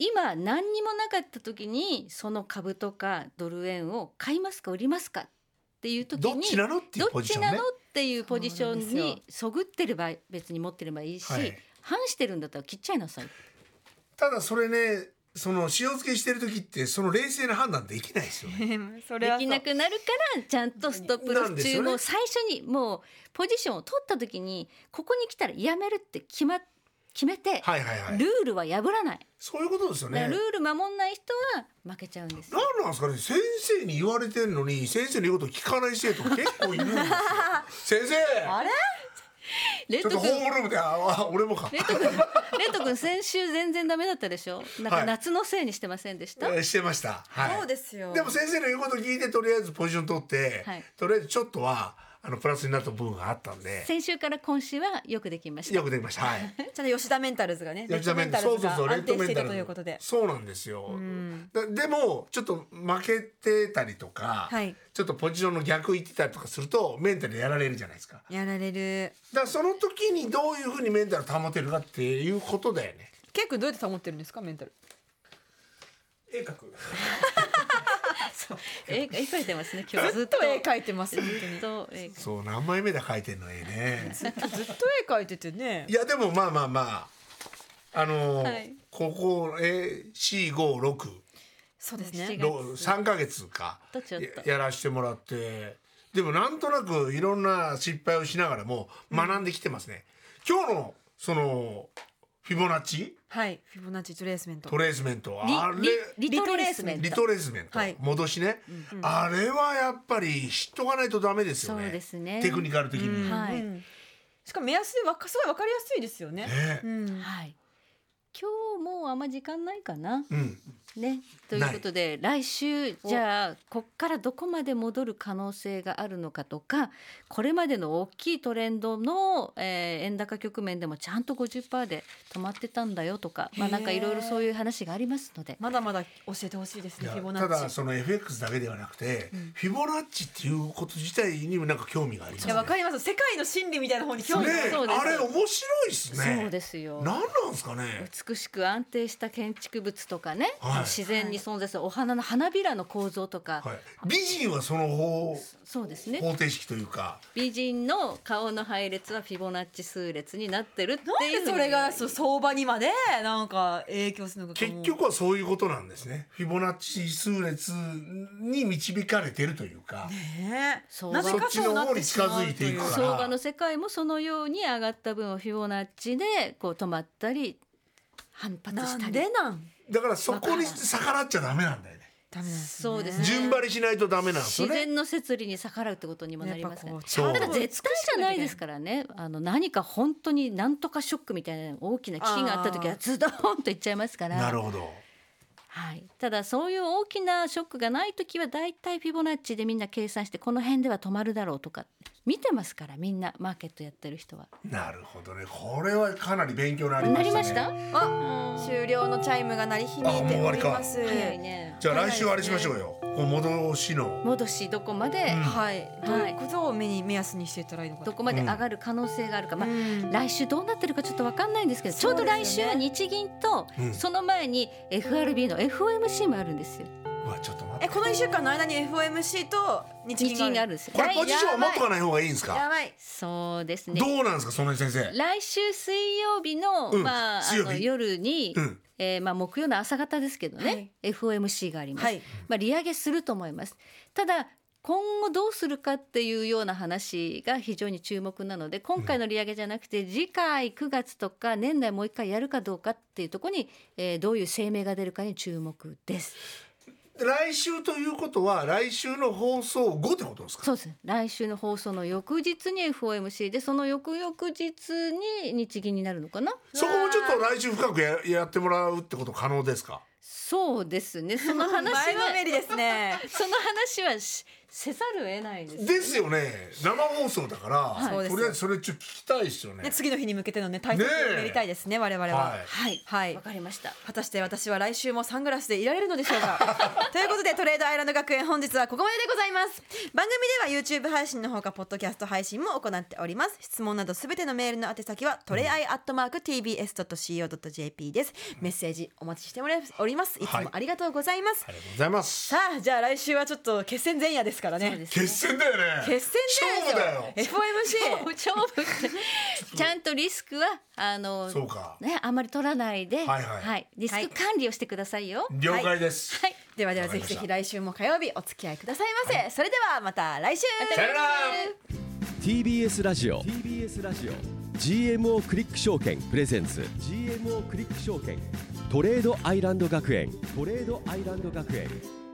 [SPEAKER 4] 今何にもなかった時にその株とかドル円を買いますか売りますかっていう時
[SPEAKER 2] どっ
[SPEAKER 4] に
[SPEAKER 2] ちなのってい
[SPEAKER 4] ど
[SPEAKER 2] うポ
[SPEAKER 4] っ
[SPEAKER 2] ジション
[SPEAKER 4] ちな
[SPEAKER 2] ね
[SPEAKER 4] のっていうポジショ
[SPEAKER 3] そう
[SPEAKER 4] ン
[SPEAKER 3] なん
[SPEAKER 4] にそぐってれば別に持ってればいいし、
[SPEAKER 2] はい
[SPEAKER 4] 反してるんだったら切っちゃいなさい
[SPEAKER 2] ただそれねその塩漬けしてる時ってその冷静な判断できないです よね
[SPEAKER 3] それ
[SPEAKER 4] で
[SPEAKER 3] は
[SPEAKER 4] きなくなるからちゃんとストップロ
[SPEAKER 2] なん
[SPEAKER 4] ス
[SPEAKER 2] です
[SPEAKER 4] 中
[SPEAKER 2] よね
[SPEAKER 4] も最初にもうポジションを取った時にここに来たらやめるって決ま決めて
[SPEAKER 2] はいはいは
[SPEAKER 4] ル
[SPEAKER 2] い
[SPEAKER 4] ールは破らない、
[SPEAKER 2] そういうことですよ
[SPEAKER 4] だか
[SPEAKER 2] ね
[SPEAKER 4] らルール守んない人は負けちゃうんです
[SPEAKER 2] 何なんですかね先生に言われてんのに先生の言うこと聞かない生徒結構いるんですよ先生
[SPEAKER 3] あれ
[SPEAKER 4] レッ
[SPEAKER 2] ちょっと
[SPEAKER 4] ド
[SPEAKER 2] ホ
[SPEAKER 4] 君
[SPEAKER 2] ームルームでああ俺もか、
[SPEAKER 4] レッド君 レッド君先週全然ダメだったでしょなん
[SPEAKER 2] は
[SPEAKER 4] か
[SPEAKER 2] い
[SPEAKER 4] 夏のせいにしてませんでし
[SPEAKER 2] え
[SPEAKER 4] た、
[SPEAKER 2] ー してました、はい、
[SPEAKER 3] そうですよ
[SPEAKER 2] でも先生の言うこと聞いてとりあえずポジション取って、
[SPEAKER 4] はい
[SPEAKER 2] とりあえずちょっとはあのプラスになった部分があったんで
[SPEAKER 4] 先週から今週はよくできました
[SPEAKER 2] よくできましたはい
[SPEAKER 3] ちゃんと吉田メンタルズがね
[SPEAKER 2] 吉田メンタル
[SPEAKER 3] レ
[SPEAKER 2] そ
[SPEAKER 3] ッ
[SPEAKER 2] うそうそう
[SPEAKER 3] ド
[SPEAKER 2] レ
[SPEAKER 3] メン
[SPEAKER 2] ッド
[SPEAKER 3] タルズが安
[SPEAKER 2] メ
[SPEAKER 3] 定し
[SPEAKER 2] ン
[SPEAKER 3] てい
[SPEAKER 2] タ
[SPEAKER 3] る
[SPEAKER 2] ル
[SPEAKER 3] ということで
[SPEAKER 2] そうなんですよ、
[SPEAKER 3] ん
[SPEAKER 2] だでもちょっと負けてたりとか、
[SPEAKER 3] はい
[SPEAKER 2] ちょっとポジションの逆行ってたりとかするとメンタルやられるじゃないですかだか
[SPEAKER 3] やられる
[SPEAKER 2] らその時にどういうふうにメンタル保てるかっていうことだよね
[SPEAKER 3] 結構どうやって保ってるんですかメンタル
[SPEAKER 5] 絵描く
[SPEAKER 4] 絵絵描いてますね今日ずっと
[SPEAKER 3] と絵描いてます
[SPEAKER 4] ず
[SPEAKER 3] 本
[SPEAKER 4] っと絵描いて
[SPEAKER 2] そう何枚目だ書いてんのえ えね
[SPEAKER 3] 当にずっと絵描いててね
[SPEAKER 2] いやでもまあまあまああのー
[SPEAKER 4] はい
[SPEAKER 2] ここ、えー、456
[SPEAKER 3] そうですね
[SPEAKER 4] 七
[SPEAKER 2] ろ3ヶ月か
[SPEAKER 4] とちょっと
[SPEAKER 2] ややらしてもらってでもなんとなくいろんな失敗をしながらも学んできてますね、今日のそのフィボナッチ
[SPEAKER 3] はいフィボナッチトレースメント
[SPEAKER 2] トレースメント
[SPEAKER 4] リ
[SPEAKER 2] あれ
[SPEAKER 4] リリトレースメント
[SPEAKER 2] リトレースメント、
[SPEAKER 3] はい
[SPEAKER 2] 戻しね、あれはやっぱり知っとかないとダメですよね
[SPEAKER 4] そうですね
[SPEAKER 2] テクニカル的に、
[SPEAKER 4] ん
[SPEAKER 2] ね
[SPEAKER 4] はい
[SPEAKER 3] うんしかも目安でわかすごいわかりやすいですよねうん
[SPEAKER 4] はい今日もうあんま時間ないかな
[SPEAKER 2] うん
[SPEAKER 4] ねということで来週じゃあこっからどこまで戻る可能性があるのかとかこれまでの大きいトレンドの、えー円高局面でもちゃんと50%で止まってたんだよとかまあ
[SPEAKER 3] へー
[SPEAKER 4] なんかいろいろそういう話がありますので
[SPEAKER 3] まだまだ教えてほしいです
[SPEAKER 2] い
[SPEAKER 3] ね
[SPEAKER 2] や
[SPEAKER 3] フィボナ
[SPEAKER 2] ただ
[SPEAKER 3] ッチ
[SPEAKER 2] その FX だけではなくて、フィボナッチっていうこと自体にもなんか興味があります
[SPEAKER 3] い
[SPEAKER 2] ね
[SPEAKER 3] やわかります世界の真理みたいな方に興味
[SPEAKER 2] ね
[SPEAKER 3] がある
[SPEAKER 4] そうです
[SPEAKER 2] あれ面白いですね。
[SPEAKER 4] そうですよ
[SPEAKER 2] 何なんですかね。
[SPEAKER 4] 美しく安定した建築物とかね、
[SPEAKER 2] はい
[SPEAKER 4] 自然に存在するお花の花びらの構造とか、
[SPEAKER 2] はい。美人はその方
[SPEAKER 4] そうですね
[SPEAKER 2] 方程式というか。
[SPEAKER 4] 美人の顔の配列はフィボナッチ数列になってるって
[SPEAKER 3] なん
[SPEAKER 4] いう
[SPEAKER 3] でそれがそう相場にまでなんか影響するのかと思
[SPEAKER 2] 結
[SPEAKER 3] う
[SPEAKER 2] 局はそういうことなんですね。フィボナッチ数列に導かれてるというか。
[SPEAKER 3] ね
[SPEAKER 4] そう
[SPEAKER 3] なぜかそうなってしまう
[SPEAKER 2] そっちの方に近づいていくか
[SPEAKER 3] とう
[SPEAKER 2] ら
[SPEAKER 4] 相場の世界もそのように上がった分をフィボナッチでこう止まったり反発
[SPEAKER 3] な
[SPEAKER 4] した
[SPEAKER 3] ん
[SPEAKER 4] り
[SPEAKER 3] でなん
[SPEAKER 2] だからそこに逆らっちゃダメなんだよね。
[SPEAKER 3] ダメなんですね
[SPEAKER 4] そうですね
[SPEAKER 2] 順張りしないとダメなんですよ
[SPEAKER 4] 自
[SPEAKER 2] ね。
[SPEAKER 4] 然の摂理に逆らうってことにもなりますね
[SPEAKER 3] やっぱこう
[SPEAKER 2] そう
[SPEAKER 4] ただ絶対じゃないですからねあの何か本当になんとかショックみたいな大きな危機があった時はズドーンといっちゃいますから
[SPEAKER 2] なるほど。
[SPEAKER 4] はい、ただそういう大きなショックがない時はだいたいフィボナッチでみんな計算してこの辺では止まるだろうとか見てますからみんなマーケットやってる人は。
[SPEAKER 2] なるほどね。これはかなり勉強になりま
[SPEAKER 4] な
[SPEAKER 2] した、ね。
[SPEAKER 4] りました
[SPEAKER 3] あ終了のチャイムが鳴り響いております
[SPEAKER 4] 早いね
[SPEAKER 2] じゃあ来週あれしましょうよ。こう戻しの。
[SPEAKER 4] 戻しどこまで、
[SPEAKER 3] はいどう
[SPEAKER 4] はい
[SPEAKER 3] いうことを目に目安にしていたらいいのか
[SPEAKER 4] ど
[SPEAKER 3] な
[SPEAKER 4] こまで上がる可能性があるか、まあ
[SPEAKER 3] うん
[SPEAKER 4] 来週どうなってるかちょっとわかんないんですけど、ちょうど来週は日銀と
[SPEAKER 2] うん
[SPEAKER 4] その前に FRB の FOMC もあるんですよ。
[SPEAKER 2] うわちょっと待っ
[SPEAKER 3] え
[SPEAKER 2] て。
[SPEAKER 3] この一週間の間に FOMC と日
[SPEAKER 4] 日
[SPEAKER 3] 銀
[SPEAKER 4] 銀が
[SPEAKER 3] が
[SPEAKER 4] あ
[SPEAKER 3] あ
[SPEAKER 4] るん
[SPEAKER 3] る
[SPEAKER 4] ですよ。
[SPEAKER 2] これポジション
[SPEAKER 3] や
[SPEAKER 2] は
[SPEAKER 3] ばい
[SPEAKER 2] 持っとかない方がいいんですか。
[SPEAKER 3] やばい
[SPEAKER 4] そうですね
[SPEAKER 2] ど。うなんですか、その先生。
[SPEAKER 4] 来週水曜日の、
[SPEAKER 2] うん
[SPEAKER 4] まああ
[SPEAKER 2] 水曜日
[SPEAKER 4] の夜に、
[SPEAKER 2] うん
[SPEAKER 4] えーまあ木曜の朝方ですけどね、FOMC があります。
[SPEAKER 3] はい
[SPEAKER 4] まあ利上げすると思います。ただ今後どうするかっていうような話が非常に注目なので今回の利上げじゃなくて次回9月とか年内もう一回やるかどうかっていうところに、えーどういう声明が出るかに注目です。
[SPEAKER 2] 来週ということは、来週の放送後ってことですか。
[SPEAKER 4] そうですね来週の放送の翌日に FOMC でその翌々日に日銀になるのかな
[SPEAKER 2] そこもちょっと来週深くややってもらうってこと可能ですか。
[SPEAKER 4] そうですねそ の話は
[SPEAKER 3] 前のめりです ね
[SPEAKER 4] その話はしせざるを得ないです。
[SPEAKER 2] ですよね。生放送だから、
[SPEAKER 3] い
[SPEAKER 2] とりあえずそれちょっと聞きたいですよね。
[SPEAKER 3] ね次の日に向けてのね対策を練りたいですね我々は
[SPEAKER 2] はい
[SPEAKER 4] はい、
[SPEAKER 3] はい
[SPEAKER 4] わかりました。
[SPEAKER 3] 果たして私は来週もサングラスでいられるのでしょ うかということでトレードアイランド学園本日はここまででございます番組では YouTube 配信のほかポッドキャスト配信も行っております質問などすべてのメールの宛先はトレアイアットマーク TBS.CO.JP ですメッセージお待ちしておりますいつもありがとうございます、
[SPEAKER 2] ありがとうございます。
[SPEAKER 3] さあじゃあ来週はちょっと決戦前夜ですからね
[SPEAKER 2] 決戦だよね。
[SPEAKER 3] 決戦前夜です
[SPEAKER 2] 勝負
[SPEAKER 3] よ
[SPEAKER 2] だよ。
[SPEAKER 3] FOMC
[SPEAKER 4] 勝負ってちゃんとリスクはあの
[SPEAKER 2] そうか。
[SPEAKER 4] ねあんまり取らないで、
[SPEAKER 2] はいはい
[SPEAKER 4] リスク管理をしてくださいよ。
[SPEAKER 2] 了解です。
[SPEAKER 4] はい、
[SPEAKER 3] ではでは
[SPEAKER 2] わか
[SPEAKER 3] ぜ
[SPEAKER 2] り
[SPEAKER 3] ひ
[SPEAKER 2] ました
[SPEAKER 3] ぜひ来週も火曜日お付き合いくださいませ、それではまた来週
[SPEAKER 2] さよなら
[SPEAKER 1] TBS ラジオ TBS ラジオ GMO クリック証券プレゼンツ GMO クリック証券トレードアイランド学園トレードアイランド学園